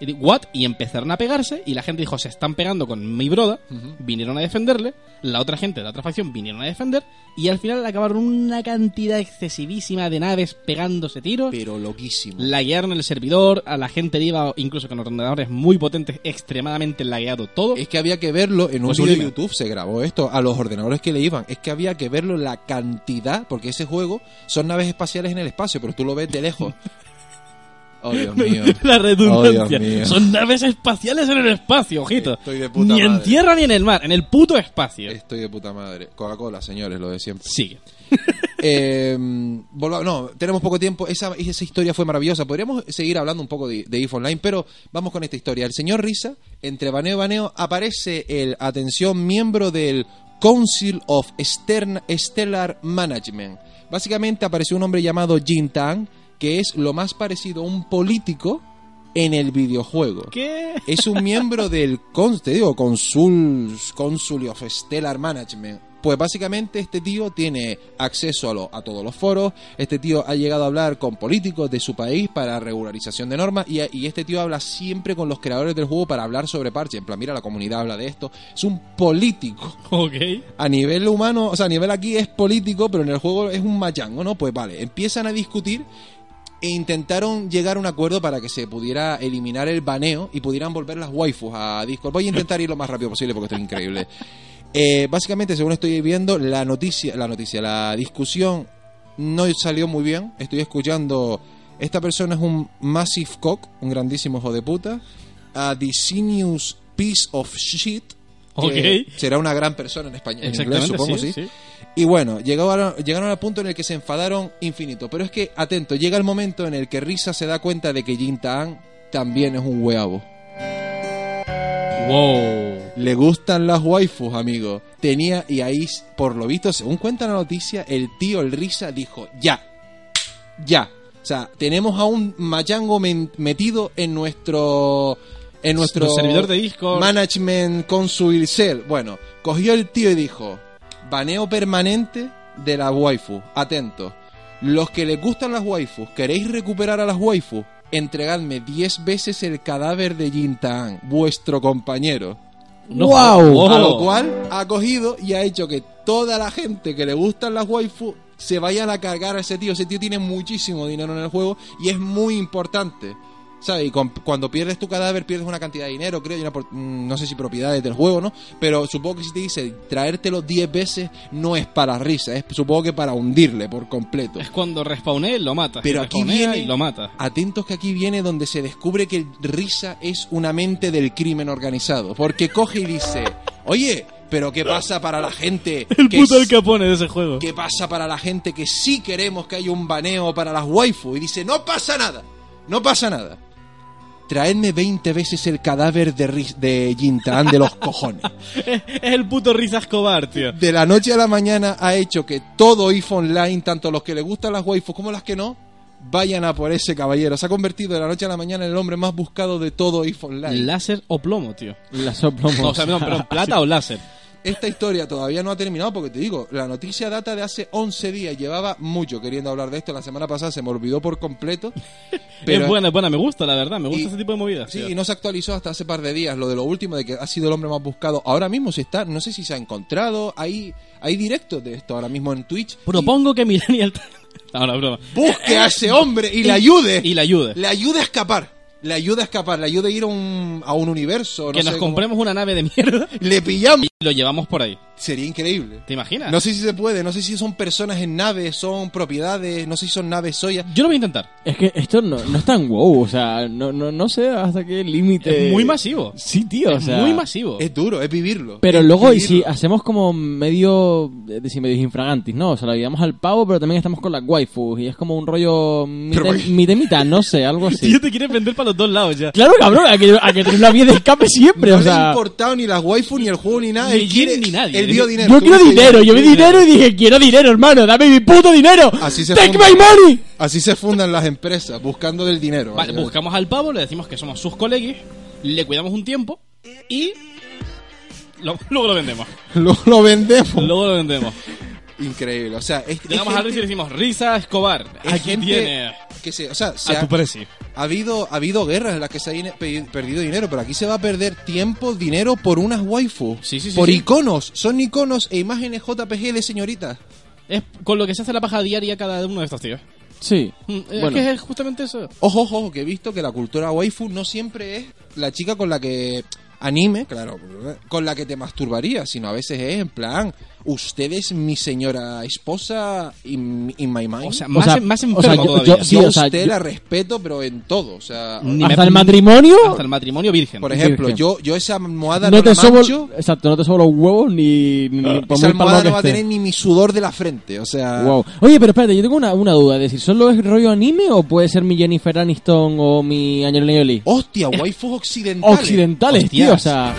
D: Y di- what? Y empezaron a pegarse y la gente dijo, se están pegando con mi broda, vinieron a defenderle, la otra gente de la otra facción vinieron a defender y al final acabaron una cantidad excesivísima de naves pegándose tiros.
E: Pero loquísimo.
D: Laguearon el servidor, a la gente le iba, incluso con ordenadores muy potentes, extremadamente lagueado todo.
E: Es que había que verlo en un
D: Pues
E: vídeo de
D: dime.
E: YouTube, se grabó esto, a los ordenadores que le iban. Es que había que verlo la cantidad, porque ese juego son naves espaciales en el espacio, pero tú lo ves de lejos. Oh, Dios mío.
D: La redundancia.
E: Oh, Dios mío.
D: Son naves espaciales en el espacio, ojito.
E: Estoy de puta
D: ni en
E: madre.
D: tierra ni en el mar, en el puto espacio.
E: Estoy de puta madre. Coca-Cola, señores, lo de siempre.
D: Sigue.
E: Eh, volva- no, tenemos poco tiempo. Esa, esa historia fue maravillosa. Podríamos seguir hablando un poco de, de IF Online, pero vamos con esta historia. El señor Risa, entre baneo y baneo, aparece el, atención, miembro del Council of Stern- Stellar Management. Básicamente apareció un hombre llamado Jin Tang, que es lo más parecido a un político en el videojuego.
D: ¿Qué?
E: Es un miembro del cons, te digo, consul, Consul of Stellar Management. Pues básicamente este tío tiene acceso a, lo- a todos los foros, este tío ha llegado a hablar con políticos de su país para regularización de normas y, y este tío habla siempre con los creadores del juego para hablar sobre parche. En plan, mira, la comunidad habla de esto. Es un político.
D: Ok.
E: A nivel humano, o sea, a nivel aquí es político, pero en el juego es un machango, ¿no? Pues vale, empiezan a discutir e intentaron llegar a un acuerdo para que se pudiera eliminar el baneo y pudieran volver las waifus a Discord. Voy a intentar ir lo más rápido posible porque esto es increíble. Eh, básicamente, según estoy viendo, la noticia, la noticia, la discusión no salió muy bien. Estoy escuchando. Esta persona es un massive cock, un grandísimo hijo de puta. A Dicinius piece of shit. que
D: Ok.
E: Será una gran persona en español, en inglés,
D: Exactamente,
E: supongo,
D: sí,
E: sí.
D: sí.
E: Y bueno, llegaron, llegaron al punto en el que se enfadaron infinito. Pero es que, atento, llega el momento en el que Risa se da cuenta de que Jin Taang también es un huevo.
D: Wow.
E: Le gustan las waifus, amigo. Tenía, y ahí, por lo visto, según cuenta la noticia, el tío, el Risa, dijo, ya, ya. O sea, tenemos a un mayango men- metido en nuestro... En nuestro
D: Nuestro servidor de Discord.
E: Management Consul Cell. Bueno, cogió el tío y dijo, baneo permanente de la waifu. Atento. Los que les gustan las waifus, queréis recuperar a las waifus, entregadme 10 veces el cadáver de Jintaan, vuestro compañero.
F: ¡Guau!
D: jodas.
E: A lo cual ha cogido y ha hecho que toda la gente que le gustan las waifu se vayan a cargar a ese tío. Ese tío tiene muchísimo dinero en el juego y es muy importante. ¿Sabes? Y con- cuando pierdes tu cadáver pierdes una cantidad de dinero, creo, y una por- mm, no sé si propiedades del juego, ¿no? Pero supongo que si te dice traértelo 10 veces no es para risa, es supongo que para hundirle por completo.
D: Es cuando respawné, lo mata.
E: Pero aquí
D: Respawnea
E: viene-
D: y lo mata.
E: Atentos que aquí viene donde se descubre que el Risa es una mente del crimen organizado. Porque coge y dice, oye, pero ¿qué pasa para la gente?
D: El
E: que
D: puto
E: s-
D: El Capone de ese juego.
E: ¿Qué pasa para la gente que sí queremos que haya un baneo para las waifu? Y dice, no pasa nada, no pasa nada. Traedme 20 veces el cadáver de, Ris- de Jintan de los cojones.
D: Es el puto Risa Escobar, tío.
E: De la noche a la mañana ha hecho que todo IF Online, tanto los que le gustan las waifus como las que no, vayan a por ese caballero. Se ha convertido de la noche a la mañana en el hombre más buscado de todo IF Online.
D: Láser o plomo, tío.
F: La soplamos.
D: O sea, perdón, perdón, plata o láser.
E: Esta historia todavía no ha terminado porque te digo, la noticia data de hace 11 días. Llevaba mucho queriendo hablar de esto. La semana pasada se me olvidó por completo. Pero
D: es buena, es buena, me gusta, la verdad. Me gusta
E: Y-
D: ese tipo de movidas.
E: Sí,
D: tío.
E: y no se actualizó hasta hace par de días lo de lo último de que ha sido el hombre más buscado. Ahora mismo se está, no sé si se ha encontrado, hay, hay directos de esto ahora mismo en Twitch.
D: Propongo que Milán y el... No, no, broma.
E: Y busque a ese hombre y le ayude.
D: Y le ayude.
E: Le ayude a escapar. Le ayude a escapar, le ayude a ir a un, a un universo. no
D: que nos
E: sé cómo.
D: compremos una nave de mierda
E: Le pillamos.
D: y lo llevamos por ahí.
E: Sería increíble.
D: ¿Te imaginas?
E: No sé si se puede, no sé si son personas en naves, son propiedades, no sé si son naves soya.
D: Yo lo voy a intentar.
F: Es que esto no, no es tan wow, o sea, no, no, no sé hasta qué límite.
E: Eh,
D: Es muy masivo.
F: Sí, tío, o
D: Es
F: sea.
D: muy masivo.
E: Es duro, es vivirlo.
F: Pero
E: Es
F: luego, y si ah,
E: vivirlo.
F: hacemos como medio, eh, si medio infragantis, ¿no? O sea, la llevamos al pavo, pero también estamos con las waifus, y es como un rollo mitad,
E: ¿por qué?
F: mitad, y mitad, no sé, algo así.
D: Tío, te quieres vender para los dos lados ya.
F: Claro, cabrón, a que, a que tener una vía de escape siempre,
E: no
F: o
E: le ha
F: sea.
E: importado ni las waifu, ni el juego, ni nada.
D: Ni Jin,
E: él quiere-
D: ni nadie.
E: Él vio dinero.
F: Yo
E: tú
F: quiero
E: viste
F: dinero, yo vi
D: Quiero
F: dinero y dije, quiero dinero, hermano, dame mi puto dinero.
E: Así se
F: Take
E: funda.
F: my money.
E: Así se fundan las empresas, buscando del dinero.
D: Vale, buscamos al pavo, le decimos que somos sus colegas, le cuidamos un tiempo y... lo- luego lo vendemos.
E: Lo, lo vendemos.
D: Luego lo vendemos.
E: Increíble. O sea, es,
D: Le damos
E: es
D: a Luis y le decimos, Risa Escobar,
E: es
D: aquí
E: gente
D: tiene
E: que se, o sea, se
D: a
E: ha-
D: tu precio.
E: Ha habido, ha habido guerras en las que se ha ine- pe- perdido dinero, pero aquí se va a perder tiempo, dinero por unas waifu.
D: Sí, sí, sí,
E: por
D: sí.
E: iconos. Son iconos e imágenes JPG de señoritas.
D: Es con lo que se hace la paja diaria cada uno de estos tíos.
E: eh,
F: Sí.
D: Mm, Es
F: Bueno.
D: que es justamente eso.
E: Ojo, ojo, ojo, que he visto que la cultura waifu no siempre es la chica con la que anime, claro, con la que te masturbarías, sino a veces es en plan, usted es mi señora esposa in, in my mind.
D: O sea,
E: yo
D: más,
F: sea,
D: en- más
F: o sea,
D: enfermo
F: yo-
D: todavía.
F: yo-
E: a
F: sí, o sea,
E: usted
F: yo- Mm,
E: la respeto, pero en todo, o sea...
D: Ni
F: ¿Hasta
D: me-
F: el matrimonio?
D: Hasta el matrimonio virgen.
E: Por ejemplo,
F: Virgen.
E: yo, yo esa almohada no,
F: No te
E: la
F: sobo,
E: mancho,
F: exacto, no te sobo los huevos ni, ni por Pues muy
E: esa almohada
F: palmado que
E: no va a
F: esté.
E: tener ni mi sudor de la frente, o sea...
F: Wow. Oye, pero espérate, yo tengo una, una duda. Es decir, ¿solo es rollo anime o puede ser mi Jennifer Aniston o mi Angelina Jolie?
D: Oh,
E: Hostia, waifus occidentales.
F: Occidentales, tío, o sea...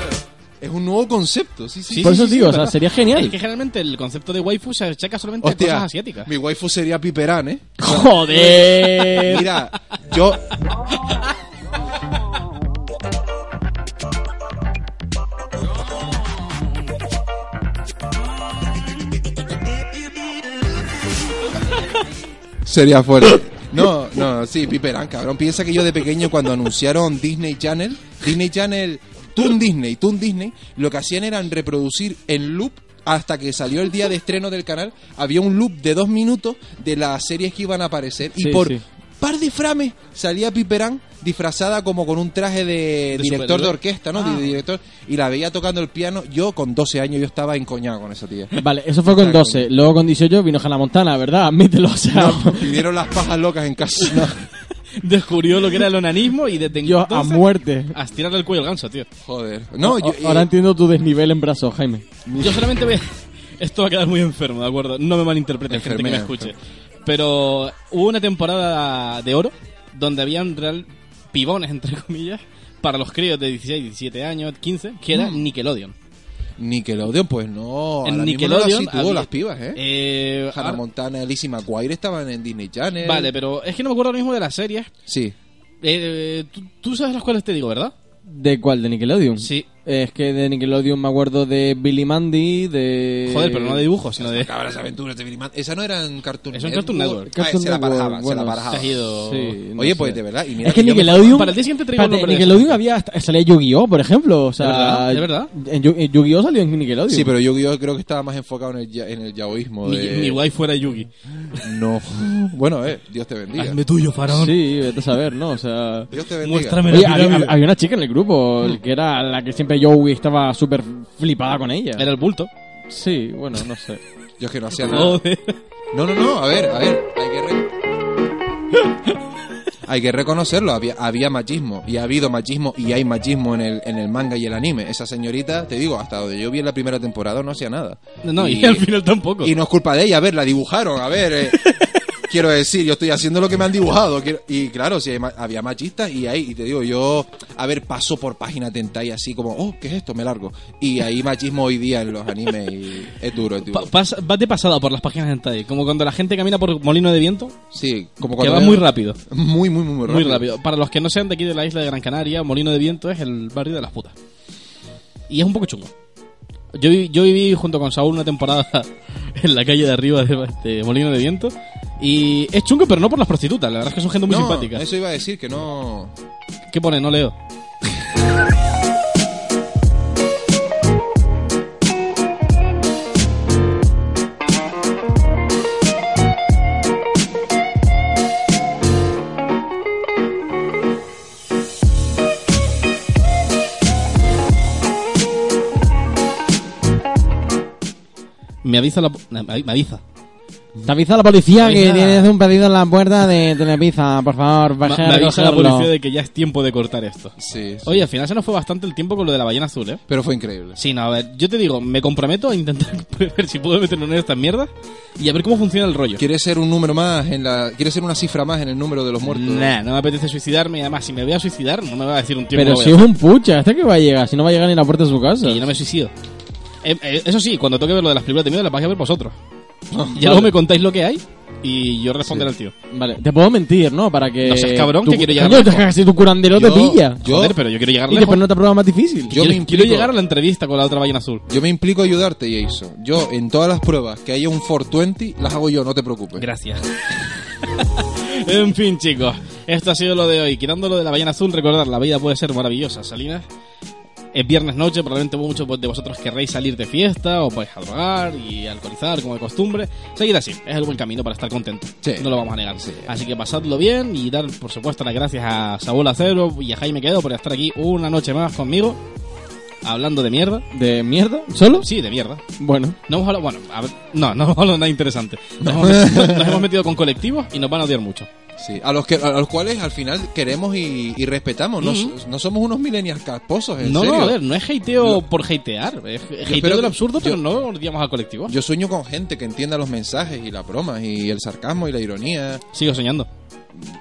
E: Es un nuevo concepto, sí, sí.
D: Sí,
F: por
D: sí,
F: eso
D: sí,
F: digo,
D: sí,
F: o sea,
D: ¿verdad?
F: sería
D: Es
F: genial.
D: que generalmente el concepto de waifu se achaca solamente a
E: Hostia,
D: cosas asiáticas.
E: mi waifu sería Piperán, ¿eh?
F: Joder.
E: Mira, yo. Sería fuerte. No, no, sí, Piperán, cabrón. Piensa que yo de pequeño cuando anunciaron Disney Channel, Disney Channel, Toon Disney, Toon Disney, lo que hacían eran reproducir en loop hasta que salió el día de estreno del canal, había un loop de dos minutos de las series que iban a aparecer y
F: Sí,
E: por
F: sí.
E: par de frames salía Piperán disfrazada como con un traje de, director
D: superhéroe.
E: de orquesta, ¿no? De director y la veía tocando el piano. Yo con 12 años yo estaba encoñado con esa tía.
F: Vale, eso fue con
E: Claro.
F: 12. Luego con 18 vino Hannah Montana, ¿verdad? Admítelo, o sea...
E: Vinieron las pajas locas en casa. No.
D: Descubrió lo que era el onanismo y desde
F: Yo a
D: entonces, ah,
F: muerte.
D: a estirarle el cuello al ganso, tío.
E: Joder. No, yo,
F: O- Ahora
E: eh,
F: entiendo tu desnivel en brazos, Jaime.
D: Yo solamente voy a- Esto va a quedar muy enfermo, ¿de acuerdo? No me malinterpretes, gente que me
E: Enfermera,
D: escuche. Pero hubo una temporada de oro donde habían real pibones, entre comillas, para los críos de 16, 17 años, 15, que era Nickelodeon.
E: Nickelodeon, pues no.
D: En
E: Mm. ahora mismo no
D: Nickelodeon
E: las situó
D: había-
E: las pibas, ¿eh?
D: Eh,
E: Hannah
D: ahora-
E: Montana, Lizzie McGuire estaban en Disney Channel.
D: Vale, pero es que no me acuerdo ahora mismo de las series.
E: Sí.
D: Eh, tú, tú sabes las cuales te digo, ¿verdad?
F: ¿De cuál? ¿De Nickelodeon?
D: Sí.
F: Es que de Nickelodeon me acuerdo de Billy Mandy, de...
D: Joder, pero Pues no
E: Eh,
D: de dibujos, sino de...
E: Cabras aventuras de Billy Man- Esa no era en Cartoon
D: Eso en Cartoon Network.
E: Ah,
F: Cartoon
E: se la
F: Network,
E: barajaban,
F: bueno,
E: se la barajaban.
D: tejido.
F: Sí, no
E: Oye,
F: sé.
E: pues de verdad. Y mira
F: Es que
E: yo me-
F: Nickelodeon.
D: Para el día siguiente traigo el
F: Espérate,
D: nombre de
F: Nickelodeon había hasta- salía Yu-Gi-Oh, por ejemplo. O sea,
D: verdad? ¿De verdad?
F: En Yu- en Yu-Gi-Oh salió en Nickelodeon.
E: Sí, pero yo, yo creo que estaba más enfocado en el, ya- en el yaoísmo.
D: Mi,
E: de-
D: mi wife fuera Yugi.
E: No. Bueno, eh, Dios te bendiga.
D: tuyo, faraón.
F: Sí, vete a saber, ¿no? O sea.
E: Dios te bendiga.
D: Muéstrame
F: Oye,
D: la
F: había,
D: pirámide.
F: había una chica en el grupo el que era la que siempre Joey estaba súper flipada con ella.
D: Era el bulto.
F: Sí, bueno, no sé.
E: Yo es que no
D: Oh,
E: hacía nada.
D: Joder.
E: No, no, no, a ver, a ver. Hay que, re- hay que reconocerlo. Había, había machismo y ha habido machismo y hay machismo en el, en el manga y el anime. Esa señorita, te digo, hasta donde yo vi en la primera temporada no hacía nada.
D: No, y, al final tampoco.
E: Y no es culpa de ella, a ver, la dibujaron, a ver. eh, quiero decir, yo estoy haciendo lo que me han dibujado. quiero- y claro, si había machistas y ahí, y te digo, yo, a ver, paso por página tentai así como, oh, ¿qué es esto? Me largo. Y ahí machismo hoy día en los animes y es duro, es duro.
D: Pa- pasa- vas de pasada por las páginas de hentai, como cuando la gente camina por molino de viento,
E: Sí, como
D: que
E: cuando
D: va
E: veo-
D: muy rápido,
E: Muy, muy, muy, muy rápido.
D: muy rápido. Para los que no sean de aquí de la isla de Gran Canaria, molino de viento es el barrio de las putas. Y es un poco chungo. Yo, vi- yo viví junto con Saúl una temporada en la calle de arriba de, de molino de viento y es chungo, pero no por las prostitutas, la verdad es que son gente muy
E: no,
D: simpática.
E: Eso iba a decir que no.
D: ¿Qué pone? No leo. Me avisa la... po- Me me avisa.
F: Te avisa la policía
D: Te
F: que
D: avisa-
F: tienes un pedido en la puerta de Telepizza, por favor,
D: Me,
F: baja
D: me
F: a
D: avisa la
F: recogerlo.
D: policía de que ya es tiempo de cortar esto.
E: Sí. sí.
D: Oye, al final se nos fue bastante el tiempo con lo de la ballena azul, ¿eh?
E: Pero fue increíble.
D: Sí, no, a ver, yo te digo, me comprometo a intentar ver si puedo meterme en estas mierdas y a ver cómo funciona el rollo.
E: ¿Quieres ser un número más en la. ¿Quieres ser una cifra más en el número de los muertos?
D: Nah, no me apetece suicidarme y además si me voy a suicidar no me va a decir un tío
F: Pero
D: que
F: si
D: lo
F: es
D: voy a
F: un pucha, ¿este que va a llegar? Si no va a llegar ni a la puerta de su casa.
D: hacer. Y yo no me suicido. Eh, eh, eso sí, cuando toque ver lo de las películas de miedo las vais a ver vosotros. Y luego me contáis Mm, lo que hay y yo responderé al tío.
F: Vale, te puedo mentir, ¿no? Para que.
D: No seas cabrón,
F: tu-
D: que quiero llegar
F: Coño,
D: lejos.
F: te- si tu curandero te
E: Yo-
F: pilla.
E: Yo-
D: Joder, pero yo quiero llegar
F: Y
D: lejos.
F: después no te prueba más difícil.
E: Yo
D: quiero,
E: me
D: quiero
E: implico.
D: llegar a la entrevista con la otra ballena azul.
E: Yo me implico ayudarte, Jason. Yo, en todas las pruebas que haya un 420, las hago yo, no te preocupes.
D: Gracias. En fin, chicos, esto ha sido lo de hoy. Quitándolo de la ballena azul, recordar, la vida puede ser maravillosa, Salinas. Es viernes noche, probablemente muchos de vosotros querréis salir de fiesta o vais a drogar y alcoholizar como de costumbre. Seguid así, es el buen camino para estar contento.
E: Sí.
D: No lo vamos a negar. Así que pasadlo bien y dar, por supuesto, las gracias a Saúl Acero y a Jaime Quedo por estar aquí una noche más conmigo, hablando de mierda.
F: ¿De mierda? ¿Solo?
D: Sí, de mierda.
F: Bueno.
D: No hemos hablado, bueno, a ver, no, no hemos hablado de nada interesante. Nos, hemos metido, nos hemos metido con colectivos y nos van a odiar mucho.
E: Sí, a los, que, a los cuales al final queremos y, y respetamos. No,
D: Ujú.
E: no somos unos millennials casposos, en
D: No,
E: serio.
D: no, a ver, no es hateo
E: Lo-
D: por hatear. Es hateo
E: espero
D: del
E: que-
D: absurdo, pero
E: yo-
D: no odiamos a colectivos.
E: Yo sueño con gente que entienda los mensajes y las bromas y el sarcasmo y la ironía.
D: Sigo soñando.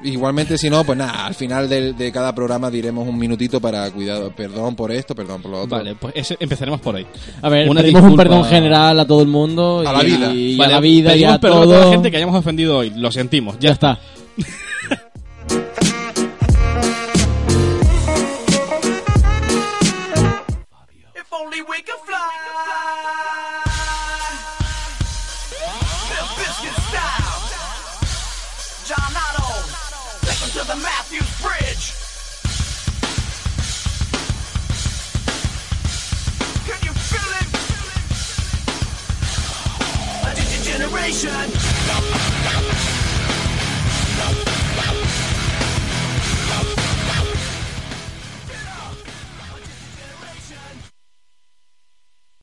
E: Igualmente, si no, pues nada, al final del- de, cada programa diremos un minutito para cuidado. Perdón por esto, perdón por lo otro.
D: Vale, pues ese- empezaremos por ahí.
F: A ver,
D: Una
F: pedimos un
D: disculpa.
F: perdón general a todo el mundo.
E: A la
F: y-
E: vida.
F: Y
D: Vale,
F: a la vida y
D: pedimos
F: a
D: perdón a toda
F: todo.
D: la gente que hayamos ofendido hoy. Lo sentimos. Ya
F: Ya está.
C: If only we could fly. Limp Bizkit style. John Otto. Take 'em to the Matthews Bridge. Can you feel it? A different generation.